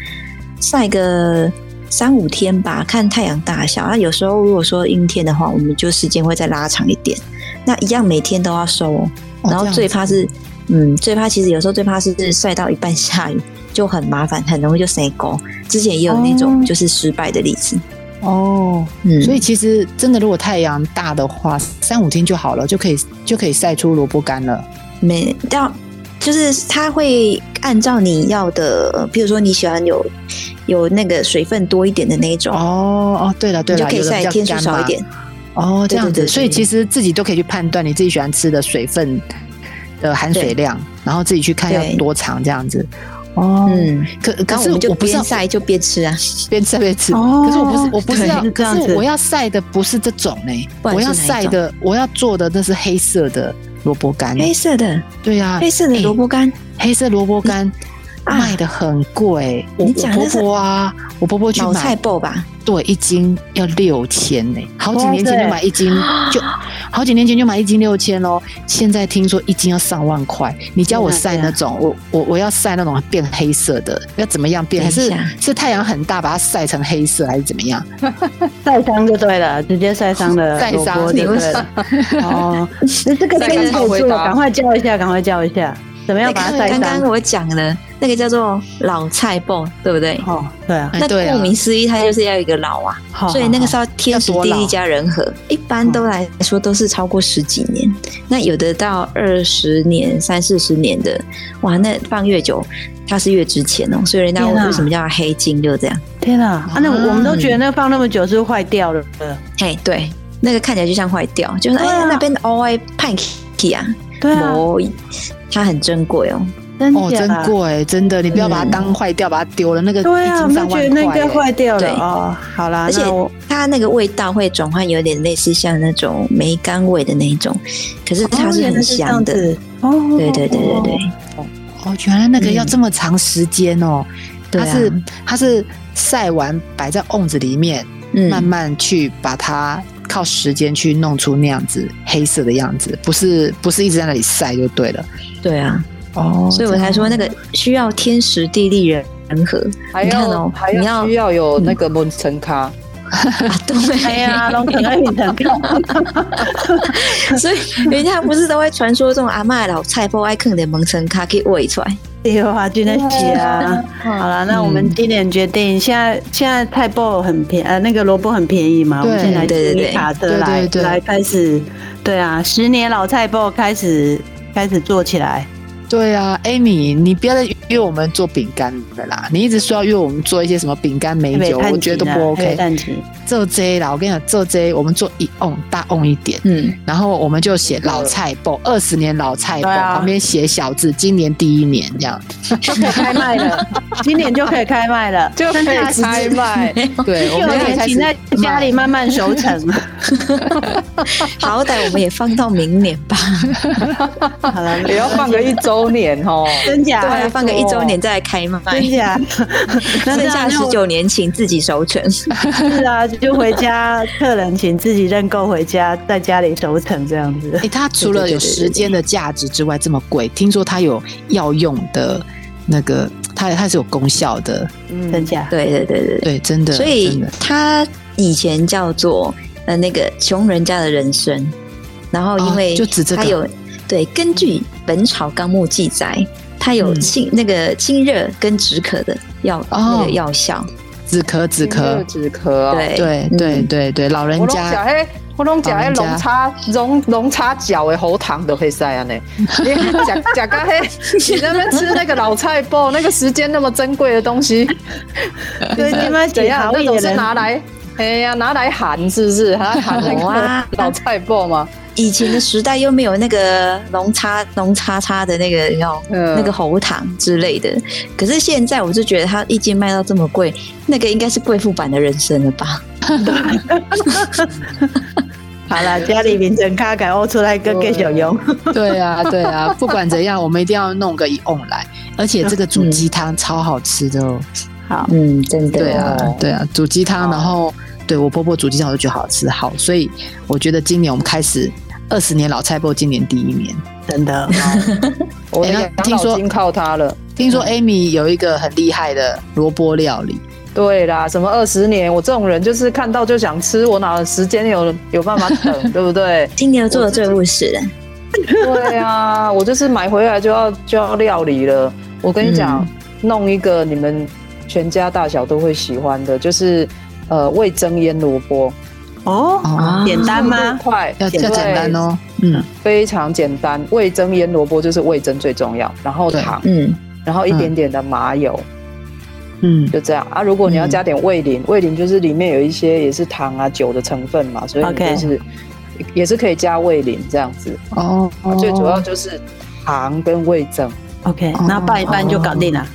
Speaker 3: 晒个三五天吧，看太阳大小。那有时候如果说阴天的话，我们就时间会再拉长一点。那一样每天都要收哦。
Speaker 2: 哦
Speaker 3: 然后最怕是，嗯，最怕其实有时候最怕是晒到一半下雨，就很麻烦，很容易就塞沟。之前也有那种就是失败的例子，
Speaker 2: 这样子哦。
Speaker 3: 嗯，
Speaker 2: 所以其实真的，如果太阳大的话，三五天就好了，就可以就可以晒出萝卜干了。
Speaker 3: 没到就是它会按照你要的，呃比如说你喜欢有有那个水分多一点的那一种，
Speaker 2: 哦哦，对了对
Speaker 3: 你
Speaker 2: 了，
Speaker 3: 就可
Speaker 2: 有
Speaker 3: 以
Speaker 2: 的
Speaker 3: 晒
Speaker 2: 比较
Speaker 3: 天数
Speaker 2: 干
Speaker 3: 少一
Speaker 2: 嘛
Speaker 3: 点。
Speaker 2: 哦，这
Speaker 3: 对
Speaker 2: 样子，
Speaker 3: 对对
Speaker 2: 所以
Speaker 3: 对
Speaker 2: 其实自己都可以去判断你自己喜欢吃的水分的含水
Speaker 3: 对
Speaker 2: 量，然后自己去看要
Speaker 3: 对
Speaker 2: 多长这样子。哦，
Speaker 3: 嗯，
Speaker 2: 可可
Speaker 3: 然后
Speaker 2: 是
Speaker 3: 我们就
Speaker 2: 我不是
Speaker 3: 边
Speaker 2: 要
Speaker 3: 晒就边吃啊，
Speaker 2: 边晒边吃，
Speaker 4: 哦
Speaker 2: 可是我不是我不是
Speaker 4: 对
Speaker 2: 要
Speaker 4: 是，这
Speaker 2: 可
Speaker 4: 样
Speaker 2: 是
Speaker 4: 子
Speaker 2: 我要晒的不是这种嘞，
Speaker 3: 不然
Speaker 2: 我
Speaker 3: 是
Speaker 2: 要
Speaker 3: 哪一
Speaker 2: 晒
Speaker 3: 种
Speaker 2: 的我要做的那是黑色的萝卜干，
Speaker 3: 黑色的
Speaker 2: 对呀，
Speaker 3: 黑色的
Speaker 2: 嗯啊哎
Speaker 3: 萝卜干，
Speaker 2: 黑色萝卜干
Speaker 3: 啊
Speaker 2: 卖的很贵，我
Speaker 3: 你
Speaker 2: 我
Speaker 3: 讲
Speaker 2: 婆
Speaker 3: 的是
Speaker 2: 婆啊，我婆婆去
Speaker 3: 老菜
Speaker 2: 买，
Speaker 3: 包吧，
Speaker 2: 对，一斤要六千呢，好几
Speaker 4: 哇
Speaker 2: 年前
Speaker 4: 塞
Speaker 2: 就买一斤，就好几年前就买一斤六千喽，现在听说一斤要上万块，你叫我
Speaker 4: 对啊
Speaker 2: 晒
Speaker 4: 对啊
Speaker 2: 那种，我我我要晒那种变黑色的，要怎么样变？还
Speaker 3: 等
Speaker 2: 是
Speaker 3: 一下
Speaker 2: 是太阳很大把它晒成黑色，还是怎么样？
Speaker 4: 晒伤就对了，直接晒伤的
Speaker 2: 晒
Speaker 4: 萝
Speaker 2: 伤
Speaker 4: 卜
Speaker 2: 你
Speaker 4: 就
Speaker 2: 为
Speaker 4: 对了。哦，那这个
Speaker 5: 晒
Speaker 4: 真的
Speaker 5: 伤
Speaker 4: 可以
Speaker 5: 回
Speaker 4: 做，
Speaker 5: 答
Speaker 4: 赶快教一下，赶快教一下，怎么样把它晒
Speaker 3: 刚刚
Speaker 4: 伤？
Speaker 3: 我讲的那个叫做老菜包，对不对？
Speaker 4: 哦，对啊，哦
Speaker 2: 哎
Speaker 3: 那
Speaker 2: 对啊
Speaker 3: 顾名思义，它就是要有一个老啊，
Speaker 4: 好
Speaker 3: 所以那个是要天时
Speaker 2: 要多
Speaker 3: 地
Speaker 2: 老
Speaker 3: 利加人和。一般都来说都是超过十几年，那有的到二十年、三四十年的，哇，那放越久它是越值钱哦。所以人家
Speaker 4: 天啊
Speaker 3: 为什么叫它黑金，就是这样。
Speaker 4: 天
Speaker 2: 嗯
Speaker 4: 啊，啊那我们都觉得那放那么久是不是坏掉了。
Speaker 3: 嘿，对，那个看起来就像坏掉，就是哎
Speaker 4: 对啊
Speaker 3: 呀那边的 O I 派 K 啊，
Speaker 4: 对啊，
Speaker 3: 哦，它很珍贵哦。
Speaker 4: 真
Speaker 2: 哦，
Speaker 4: 假
Speaker 2: 真贵，真的，你不要把它当坏掉，把它丢了，那个
Speaker 4: 啊对啊，
Speaker 2: 已
Speaker 4: 我
Speaker 2: 经
Speaker 4: 们
Speaker 2: 上
Speaker 4: 觉
Speaker 2: 万
Speaker 4: 得那应该
Speaker 2: 块
Speaker 4: 坏掉了
Speaker 3: 对
Speaker 4: 哦。好啦，
Speaker 3: 而且
Speaker 4: 那我
Speaker 3: 它那个味道会转换，有点类似像那种梅干味的那一种，可是它是很香的。
Speaker 4: 哦，
Speaker 3: 对对对对对，
Speaker 2: 哦，原来那个要这么长时间哦，
Speaker 3: 对
Speaker 2: 它
Speaker 3: 啊
Speaker 2: 是它是晒完摆在瓮子里面，慢
Speaker 3: 嗯，
Speaker 2: 慢去把它靠时间去弄出那样子黑色的样子，不是不是一直在那里晒就对了。
Speaker 3: 对啊，
Speaker 2: 哦
Speaker 3: 所以我才说那个需要天时地利人和
Speaker 5: 还
Speaker 3: 你看
Speaker 5: 要、
Speaker 3: 哦
Speaker 5: 还
Speaker 3: 你
Speaker 5: 要
Speaker 3: 要
Speaker 5: 需要有那个蒙层咖，
Speaker 3: 啊，对，
Speaker 4: 哎呀，龙井跟你成功，
Speaker 3: *laughs* 所以人家不是都会传说这种阿嬷的老菜包爱啃的蒙城咖给喂出来，
Speaker 4: 对啊，真的是啊。好了，那我们今年决定，现在现在菜包很便，呃，那个萝卜很便宜嘛，我
Speaker 2: 对
Speaker 4: 们现在
Speaker 3: 对对对
Speaker 4: 请卡车
Speaker 2: 对对
Speaker 4: 来
Speaker 2: 对
Speaker 4: 来开始，对啊，十年老菜包开始开始做起来。
Speaker 2: 对啊，Amy，你不要再约我们做饼干的啦，你一直说要约我们做一些什么饼干美酒，
Speaker 4: 探
Speaker 2: 我觉得都
Speaker 4: 亲啊
Speaker 2: 不
Speaker 4: 台北
Speaker 2: OK。
Speaker 4: 探亲
Speaker 2: 做这啦，我跟你讲，做这我们做一 on 大 on 一点，
Speaker 3: 嗯，
Speaker 2: 然后我们就写老菜脯，二十年老菜脯，
Speaker 4: 对啊
Speaker 2: 旁边写小字，今年第一年这
Speaker 3: 啊
Speaker 2: 样。
Speaker 4: 开卖了，今年就可以开卖了，
Speaker 5: 就可以开卖，
Speaker 2: 对，我
Speaker 4: 就
Speaker 2: 们也
Speaker 4: 年
Speaker 2: 开
Speaker 4: 请
Speaker 2: 始
Speaker 4: 在家里
Speaker 2: 卖。
Speaker 4: 慢慢熟成。
Speaker 3: 好歹我们也放到明年吧，
Speaker 4: 好了，
Speaker 5: 也要放个一周年哦。
Speaker 4: 真假？
Speaker 3: *laughs* 对啊，放啊个一周年再来开卖，
Speaker 4: 真假？那这
Speaker 3: 剩下
Speaker 4: 样
Speaker 3: 十
Speaker 4: 就
Speaker 3: 九年请自己熟成。
Speaker 4: 是啊，就回家，客人请自己认购回家，在家里熟成这样子
Speaker 2: *laughs* 哎、。它除了有时间的价值之外，这么贵，听说它有药用的那个，它它是有功效的。
Speaker 4: 真
Speaker 3: *laughs*
Speaker 4: 假？
Speaker 3: 对对对对对，啊
Speaker 2: 对，真的，
Speaker 3: 所
Speaker 2: 真
Speaker 3: 以
Speaker 2: 的
Speaker 3: 他以前叫做呃那个穷人家的人生，然后因为
Speaker 2: 哦就指这个
Speaker 3: 他有对，根据《本草纲目》记载，它有
Speaker 2: 嗯
Speaker 3: 清、那个清热跟止渴的药、
Speaker 2: 哦
Speaker 3: 那个药效，
Speaker 2: 止咳止咳。
Speaker 5: 止咳哦。
Speaker 3: 对
Speaker 2: 对对
Speaker 3: 嗯
Speaker 2: 对对，老人
Speaker 5: 我拢食
Speaker 2: 家
Speaker 5: 迄，我拢食
Speaker 2: 老
Speaker 5: 迄
Speaker 2: 人家
Speaker 5: 龙叉龙龙叉脚的喉糖都会使安尼。你食食到迄，你在那边吃那个老菜包，那个时间那么珍贵的东西，
Speaker 4: 所以你们
Speaker 5: 怎
Speaker 4: 请
Speaker 5: 样
Speaker 4: 好
Speaker 5: 那
Speaker 4: 一
Speaker 5: 种
Speaker 4: 点
Speaker 5: 是
Speaker 4: 人，
Speaker 5: 拿来，哎呀，拿来喊是不是？拿来喊那
Speaker 3: 有啊
Speaker 5: 个老菜包吗？
Speaker 3: 以前的时代又没有那个龙叉龙叉叉的那个你知道
Speaker 5: 嗯
Speaker 3: 那个喉糖之类的，可是现在我就觉得它一斤卖到这么贵，那个应该是贵妇版的人生了吧？
Speaker 4: 好了，家里名称卡改，我出来跟给小用。
Speaker 2: *laughs* 对啊对啊，不管怎样，我们一定要弄个一瓮来，而且这个煮
Speaker 3: 嗯
Speaker 2: 鸡汤超好吃的哦。
Speaker 4: 好，
Speaker 3: 嗯，真的。
Speaker 2: 对啊对啊，煮鸡汤，然后对我婆婆煮鸡汤，我就觉得好吃好，所以我觉得今年我们开始二十年老菜包，今年第一年。
Speaker 4: *laughs* 真的，
Speaker 5: 我的
Speaker 2: 哎那
Speaker 5: 养
Speaker 2: 听说
Speaker 5: 老金靠它了。
Speaker 2: 听说 Amy 有一个很厉害的萝卜料理，
Speaker 5: 对啦，什么二十年，我这种人就是看到就想吃，我哪有时间有有办法等，对不对？
Speaker 3: 金牛座的最务实了，
Speaker 5: 对啊，我就是买回来就要就要料理了。我跟你讲，
Speaker 2: 嗯
Speaker 5: 弄一个你们全家大小都会喜欢的，就是呃味增腌萝卜，
Speaker 4: 哦
Speaker 2: 哦，
Speaker 4: 简单
Speaker 5: 速
Speaker 4: 吗
Speaker 5: 度？快，
Speaker 2: 要
Speaker 4: 简
Speaker 2: 要简单哦。嗯，
Speaker 5: 非常简单。味增腌萝卜就是味增最重要，然后
Speaker 2: 对
Speaker 5: 糖，
Speaker 3: 嗯，
Speaker 5: 然后一点点的麻油，
Speaker 2: 嗯，
Speaker 5: 就这样啊。如果你要
Speaker 2: 嗯
Speaker 5: 加点味淋，味淋就是里面有一些也是糖啊酒的成分嘛，所以你
Speaker 4: OK
Speaker 5: 就是也是可以加味淋这样子。
Speaker 2: 哦，
Speaker 5: 啊最主要就是糖跟味增。
Speaker 4: OK，
Speaker 2: 哦
Speaker 4: 那拌一拌就搞定了。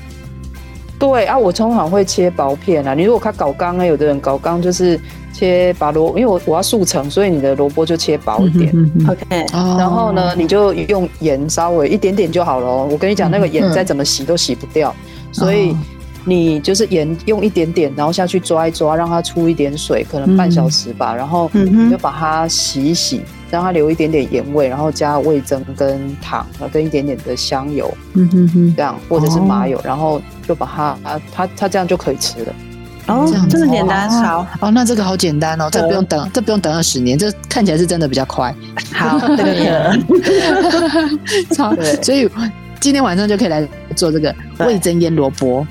Speaker 5: 对啊，我通常会切薄片啊。你如果看搞缸呢，有的人搞缸就是切把萝，因为我我要速成，所以你的萝卜就切薄一点。
Speaker 2: 嗯嗯嗯
Speaker 4: OK，
Speaker 2: 哦
Speaker 5: 然后呢，你就用盐稍微一点点就好了哦。我跟你讲，那个盐
Speaker 3: 嗯
Speaker 5: 再怎么洗都洗不掉，所以
Speaker 2: 哦
Speaker 5: 你就是盐用一点点，然后下去抓一抓，让它出一点水，可能半小时吧。然后
Speaker 4: 嗯
Speaker 5: 你
Speaker 4: 哼
Speaker 5: 就把它洗一洗，让它留一点点盐味，然后加味增跟糖，然后跟一点点的香油，
Speaker 2: 嗯哼哼，
Speaker 5: 这样或者是麻油，然后就把它啊，它它这样就可以吃了。
Speaker 4: 哦
Speaker 2: 这样，子
Speaker 4: 这么简单，
Speaker 2: 哦
Speaker 4: 好，
Speaker 2: 哦，那这个好简单哦，这个不用等，这不用等二十年，这看起来是真的比较快，
Speaker 4: 好，这个可
Speaker 2: 超
Speaker 5: 对
Speaker 2: 所以今天晚上就可以来做这个
Speaker 4: 对
Speaker 2: 味增腌萝卜，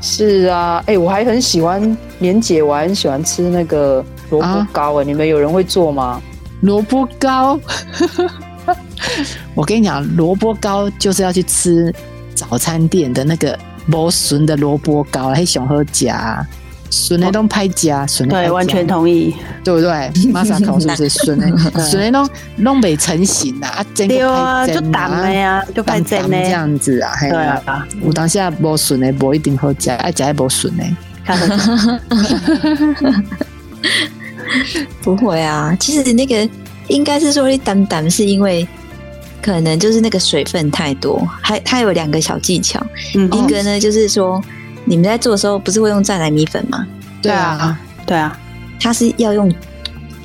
Speaker 5: 是啊，哎、我还很喜欢年姐，我还很喜欢吃那个萝卜糕哎、你们有人会做吗？
Speaker 2: 萝卜糕。 *laughs* 我跟你讲，萝卜糕就是要去吃早餐店的那个磨笋的萝卜糕，还熊喝夹，笋的都拍夹，笋的
Speaker 4: 对，完全同意。
Speaker 2: 对不对？马萨口是不是笋的？笋的都弄未成型啦，啊，真
Speaker 4: 对啊，就挡了呀，就
Speaker 2: 当
Speaker 4: 拍真
Speaker 2: 当这
Speaker 4: 呢。
Speaker 2: 样子啊，嘿
Speaker 4: 对
Speaker 2: 啊，
Speaker 4: 啊，
Speaker 2: 有当下无顺的，无一定好食，爱食的无顺的。
Speaker 4: 看得出
Speaker 3: 不会啊。其实那个应该是说你胆胆是因为可能就是那个水分太多，还它有两个小技巧， *laughs*
Speaker 2: 哦
Speaker 4: 嗯，
Speaker 3: 一个呢就是说你们在做的时候不是会用蘸奶米粉吗？
Speaker 2: 对啊
Speaker 4: 啊，对啊，
Speaker 3: 它是要用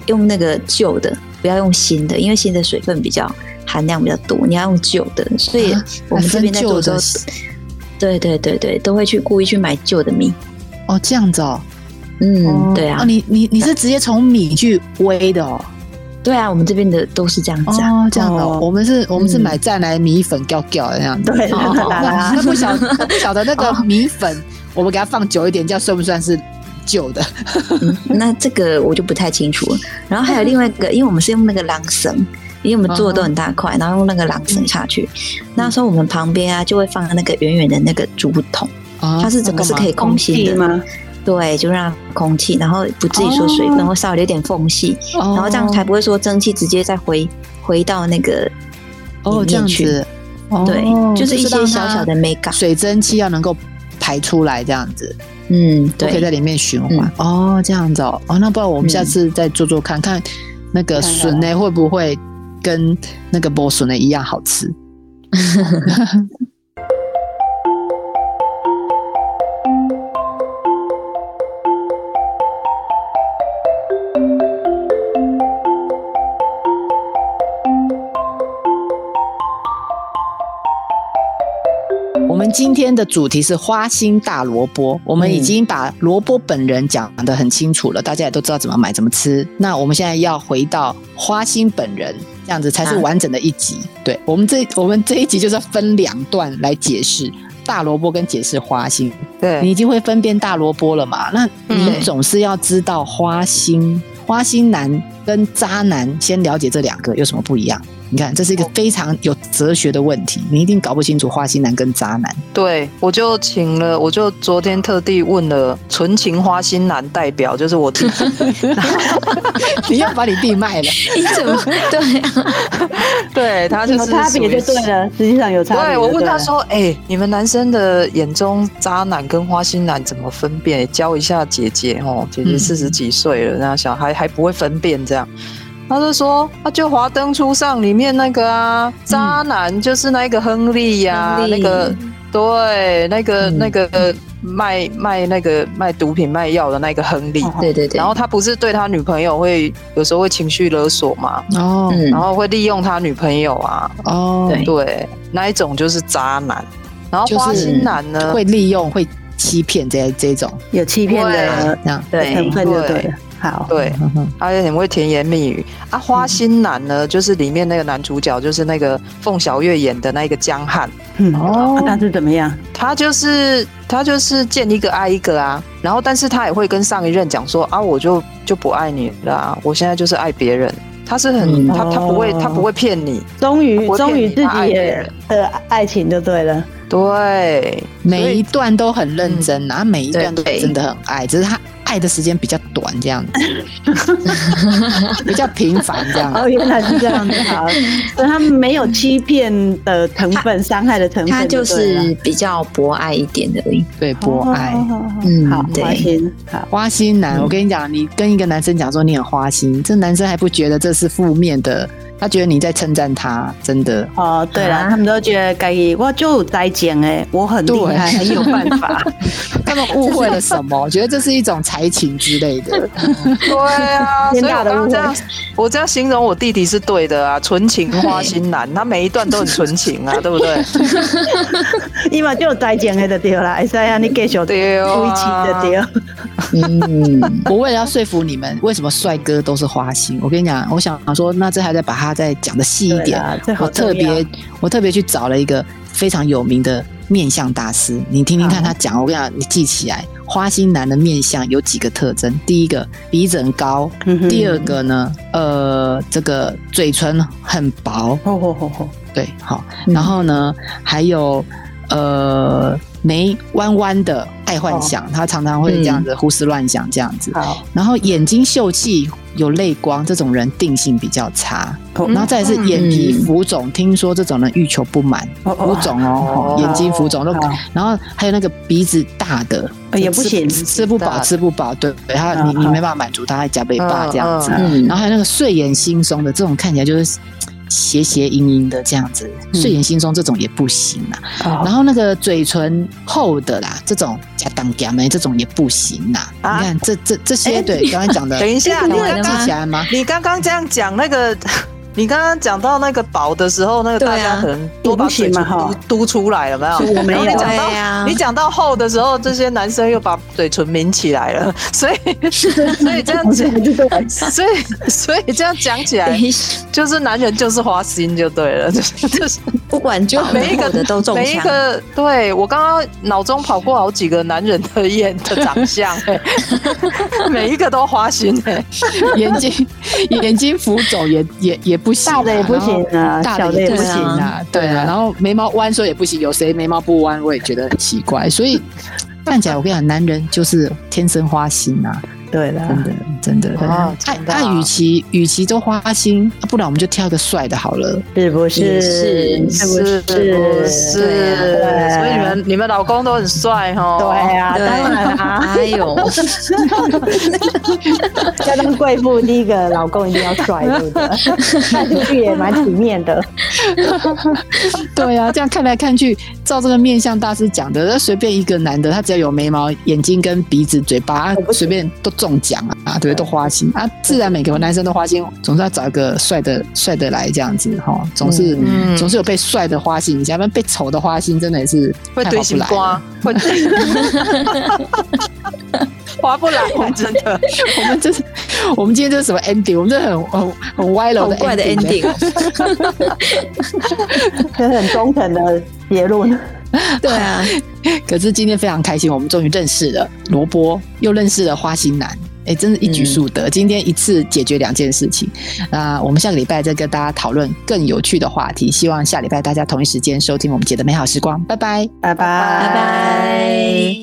Speaker 3: 用那个旧的，不要用新的，因为新的水分比较含量比较多，你要用旧的。所以
Speaker 2: 啊
Speaker 3: 我们这边在做的时候
Speaker 2: 还分，
Speaker 3: 对对对对，都会去故意去买旧的米。
Speaker 2: 哦，这样子哦，
Speaker 3: 嗯，
Speaker 5: 哦
Speaker 3: 对啊
Speaker 2: 哦，，你你你是直接从米去煨的哦，
Speaker 3: 对啊，我们这边的都是这样子啊。
Speaker 2: 哦，这样的哦
Speaker 4: 哦，
Speaker 2: 我们是我们是买再来米粉搅搅的那样子。
Speaker 4: 对，
Speaker 3: 哦
Speaker 4: *laughs* 啦啦
Speaker 2: 那
Speaker 4: 啦
Speaker 2: 那不晓那不晓得 *laughs* 那个米粉，我们给它放久一点，这样算不算是旧的？
Speaker 3: 嗯，那这个我就不太清楚了。然后还有另外一个，因为我们是用那个狼绳，因为我们做的都很大
Speaker 2: 嗯
Speaker 3: 块，然后用那个狼绳下去。那时候我们旁边啊就会放那个圆圆的那个竹筒，
Speaker 2: 啊
Speaker 3: 它是整个是可以空心的。
Speaker 4: 吗？
Speaker 3: 对，就让空气，然后不至于说水分会稍微有点缝隙，
Speaker 2: 然
Speaker 3: 然后这样才不会说蒸汽直接再回回到那个
Speaker 2: 哦
Speaker 3: 里
Speaker 2: 这
Speaker 3: 面
Speaker 2: 样
Speaker 3: 去。
Speaker 2: 子，哦
Speaker 3: 对，就是一些
Speaker 2: 让
Speaker 3: 小
Speaker 2: 它
Speaker 3: 小的美感。
Speaker 2: 水蒸气要能够排出来，这样子
Speaker 3: 嗯，
Speaker 2: 都可以在
Speaker 3: 对，
Speaker 2: 里面循环。哦，这样子哦，哦，那不然我们下次再做做看、看那个笋呢会不会跟那个波笋呢一样好吃？我们今天的主题是花心大萝卜，我们已经把萝卜本人讲得很清楚了，大家也都知道怎么买、怎么吃。那我们现在要回到花心本人，这样子才是
Speaker 3: 啊
Speaker 2: 完整的一集。对我们这我们这一集就是要分两段来解释大萝卜跟解释花心。你
Speaker 5: 对，
Speaker 2: 已经会分辨大萝卜了嘛？那你
Speaker 5: 嗯
Speaker 2: 总是要知道花心、花心男跟渣男，先了解这两个有什么不一样？你看，这是一个非常有哲学的问题，你一定搞不清楚花心男跟渣男。
Speaker 5: 对，我就请了，我就昨天特地问了纯情花心男代表，就是
Speaker 4: *laughs*
Speaker 5: 我自己。
Speaker 2: *laughs* 你要把你弟卖
Speaker 3: *laughs*
Speaker 2: 了，
Speaker 3: 你哎怎么对啊？
Speaker 5: 对他就
Speaker 4: 有
Speaker 5: 是
Speaker 4: 差别就对了，实际上有差别。
Speaker 5: 对我问他，说：“哎、你们男生的眼中渣男跟花心男怎么分辨？也教一下姐姐哦，姐姐
Speaker 2: 嗯
Speaker 5: 四十几岁了，然后小孩还不会分辨这样。”他就说：“他就《华灯初上》里面那个啊，
Speaker 4: 嗯
Speaker 5: 渣男就是那个亨利呀、
Speaker 3: 亨利
Speaker 5: 那个对，那个、
Speaker 2: 嗯
Speaker 5: 那个卖卖那个卖毒品卖药的那个亨利。
Speaker 4: 哦
Speaker 3: 对对对，
Speaker 5: 然后他不是对他女朋友会有时候会情绪勒索嘛，
Speaker 2: 哦、
Speaker 3: 嗯
Speaker 5: 然后会利用他女朋友啊，
Speaker 2: 哦，
Speaker 3: 对
Speaker 5: 对，那一种就是渣男。然后
Speaker 2: 就是
Speaker 5: 花心男呢，
Speaker 2: 会利用会欺骗这这种
Speaker 4: 有欺骗的
Speaker 2: 这样。
Speaker 4: 成
Speaker 3: 对
Speaker 4: 分就对
Speaker 5: 对
Speaker 4: 了。好，
Speaker 5: 对，
Speaker 2: 嗯哼
Speaker 5: 他也很会甜言蜜语
Speaker 2: 嗯
Speaker 5: 啊。花心男呢，就是里面那个男主角，就是那个凤小岳演的那一个江汉，
Speaker 4: 嗯，
Speaker 2: 哦
Speaker 4: 哦，那是怎么样？
Speaker 5: 他就是他就是见一个爱一个啊。然后，但是他也会跟上一任讲说啊，我就就不爱你了啊、我现在就是爱别人。他是很、
Speaker 2: 嗯
Speaker 5: 他他不会
Speaker 4: 哦
Speaker 5: 他不会骗你，
Speaker 4: 终于
Speaker 5: 他，不会
Speaker 4: 终于自
Speaker 5: 骗你他
Speaker 4: 己
Speaker 5: 爱别
Speaker 4: 也
Speaker 5: 人
Speaker 4: 的爱情就对了。
Speaker 5: 对，所
Speaker 2: 每
Speaker 5: 以
Speaker 2: 一段都很认真啊，每一段都
Speaker 3: 对
Speaker 2: 真的很爱，只是他爱的时间比较短，这
Speaker 3: *laughs*
Speaker 2: 样子，比较频繁这样。
Speaker 3: *laughs*
Speaker 4: 哦，原来是这样子，好，所以他没有欺骗的成分、伤害的成分对了，哦
Speaker 3: 他就是比较博爱一点的而已。
Speaker 2: 对，博爱。
Speaker 3: 嗯
Speaker 4: 好，
Speaker 3: 对
Speaker 4: 花心，好，
Speaker 2: 花心
Speaker 3: 嗯
Speaker 2: 男，我跟你讲，你跟一个男生讲说你很花心，这男生还不觉得这是负面的，他觉得你在称赞他，真的。
Speaker 4: 哦，对了，
Speaker 3: 啊
Speaker 4: 他们都觉得该我就有在讲哎，我很厉害，
Speaker 2: 对
Speaker 4: 很有办法，
Speaker 2: 他们误会了什
Speaker 3: *laughs*
Speaker 2: 么？觉得这是一种才情之类的。
Speaker 5: 对啊，所以
Speaker 4: 天大
Speaker 5: 我刚
Speaker 4: 的
Speaker 5: 刚这
Speaker 4: 误
Speaker 5: 样，我这样形容我弟弟是对的啊，纯情花心男，他每一段都很纯情
Speaker 4: *laughs*
Speaker 5: 啊，对不对？
Speaker 4: 因为就有在讲哎的对啦，所以啊，你继续
Speaker 5: 对啊
Speaker 4: 夫妻的对，哦
Speaker 3: 嗯，
Speaker 2: *laughs* 我为了要说服你们，为什么帅哥都是花心？我跟你讲，我想说，那这还得把它再讲的细一
Speaker 4: 对
Speaker 2: 点。
Speaker 4: 啦，这
Speaker 2: 我
Speaker 4: 好啊重
Speaker 2: 特
Speaker 4: 要
Speaker 2: 别，我特别去找了一个非常有名的面相大师，你听听看他讲。我跟你讲，你记起来，花心男的面相有几个特征：第一个，鼻子很高；
Speaker 4: 嗯哼
Speaker 2: 第二，个呢，呃，这个嘴唇很薄，
Speaker 4: 吼吼吼吼，
Speaker 2: 对，好。
Speaker 4: 嗯
Speaker 2: 然后呢，还有呃眉弯弯的，爱幻想，他常常会这样子胡思乱想这样子。
Speaker 4: 嗯好，
Speaker 2: 然后眼睛秀气，有泪光，这种人定性比较差。
Speaker 4: 哦
Speaker 2: 然后再来是眼皮浮肿，听说这种人欲求不满，
Speaker 4: 哦
Speaker 2: 浮肿哦，
Speaker 5: 哦
Speaker 2: 眼睛浮肿都
Speaker 4: 好。
Speaker 2: 然后还有那个鼻子大的
Speaker 4: 呃也不
Speaker 2: 吃
Speaker 4: 行
Speaker 2: 吃不饱，
Speaker 5: 大
Speaker 2: 吃不饱，对对，他
Speaker 4: 嗯
Speaker 2: 你你
Speaker 4: 嗯
Speaker 2: 没办法满足他，还夹尾巴这样子。
Speaker 5: 啊
Speaker 3: 嗯
Speaker 2: 然后还有那个睡眼惺忪的，这种看起来就是斜斜阴阴的这样子，
Speaker 4: 嗯
Speaker 2: 睡眼惺忪这种也不行啊。
Speaker 4: 好
Speaker 2: 然后那个嘴唇厚的啦，这种假当假眉这种也不行啦。
Speaker 5: 啊
Speaker 2: 你看这这这些，对，刚才讲的
Speaker 5: 嗯等，一下，
Speaker 3: 这
Speaker 4: 哎
Speaker 5: 你
Speaker 3: 个
Speaker 5: 刚
Speaker 3: 完了
Speaker 2: 记
Speaker 5: 刚
Speaker 2: 起来吗？
Speaker 5: 你刚刚这样讲那个， *laughs* 你刚刚讲到那个薄的时候，那个
Speaker 3: 对
Speaker 5: 大
Speaker 3: 啊
Speaker 5: 家可能都把嘴
Speaker 4: 我不行嘛
Speaker 5: 唇
Speaker 4: 哈
Speaker 5: 嘟嘟出来了，没有？
Speaker 4: 我没
Speaker 5: 然后
Speaker 4: 有
Speaker 5: 你讲
Speaker 3: 对
Speaker 5: 到
Speaker 3: 啊
Speaker 5: 你讲到厚的时候，这些男生又把嘴唇抿起来了， *laughs* 所以所以这样子，所以 *laughs* 所以这样讲起来
Speaker 4: 哎
Speaker 3: 等，一
Speaker 5: *laughs*
Speaker 3: 下
Speaker 5: 就是男人就是花心就对了，就是就是。 *laughs*
Speaker 3: 不管就
Speaker 5: 每一个
Speaker 3: 哦的都中
Speaker 5: 每一
Speaker 3: 枪，
Speaker 5: 个对我刚刚脑中跑过好几个男人的眼的长相、欸，每一个都花心哎、
Speaker 2: 眼睛 *laughs* 眼睛浮肿也也也不行啊，
Speaker 4: 大的也不行啊
Speaker 2: 然后大
Speaker 4: 小
Speaker 2: 的
Speaker 4: 的
Speaker 2: 也
Speaker 4: 也
Speaker 2: 不
Speaker 4: 不
Speaker 2: 行
Speaker 3: 行
Speaker 2: 啊
Speaker 3: 啊，
Speaker 2: 对
Speaker 4: 对
Speaker 2: 啊，
Speaker 4: 啊
Speaker 2: 然后眉毛弯说也不行，有谁眉毛不弯，我也觉得很奇怪，所以看起来我跟你讲，男人就是天生花心啊，
Speaker 4: 对啦，
Speaker 2: 真的真的。
Speaker 5: 哦，
Speaker 2: 爱
Speaker 5: 真的
Speaker 2: 爱，
Speaker 5: 啊
Speaker 2: 与其与其都花心，啊不然我们就挑一个帅的好了。
Speaker 4: 是不
Speaker 3: 也
Speaker 4: 是？
Speaker 3: 是
Speaker 4: 是
Speaker 5: 是
Speaker 4: 不
Speaker 5: 不是？
Speaker 4: 对啊
Speaker 5: 所以你们你们老公都很帅哦。
Speaker 4: 对啊，
Speaker 3: 对，
Speaker 4: 当然啊，
Speaker 3: 哎呦，
Speaker 4: *laughs* 要当贵妇，第一个老公一定要帅，对不
Speaker 2: *laughs*
Speaker 4: 对？看出去也蛮体面的。
Speaker 2: *laughs* 对啊，这样看来看去，照这个面相大师讲的，那呃随便一个男的，他只要有眉毛、眼睛跟鼻子、嘴巴，啊随便都中奖啊，啊，对不对，都花心啊，自然每个男生都花心，啊总是要找一个帅的帅的来这样子哈、齁总是、
Speaker 5: 嗯
Speaker 2: 总是有被帅的花心一下，不然被丑的花心真的也是
Speaker 5: 会
Speaker 2: 太
Speaker 5: 堆
Speaker 2: 划不
Speaker 5: 心
Speaker 2: 来
Speaker 5: 瓜
Speaker 2: 了。，
Speaker 5: 会 *laughs* 划不来，真的。
Speaker 2: *laughs* 我们这是我们今天这是什么 ending？我们这很很很歪楼
Speaker 3: 好
Speaker 2: 的
Speaker 3: 怪的
Speaker 2: ending 呢。
Speaker 3: ending，
Speaker 4: 这是很中肯的结论。
Speaker 3: 对啊，
Speaker 2: *laughs* 可是今天非常开心，我们终于认识了萝卜，又认识了花心男，哎、真是一举数得。今天一次解决两件事情，那、我们下个礼拜再跟大家讨论更有趣的话题。希望下礼拜大家同一时间收听我们姐的美好时光，拜拜。
Speaker 4: 拜拜，
Speaker 3: 拜拜。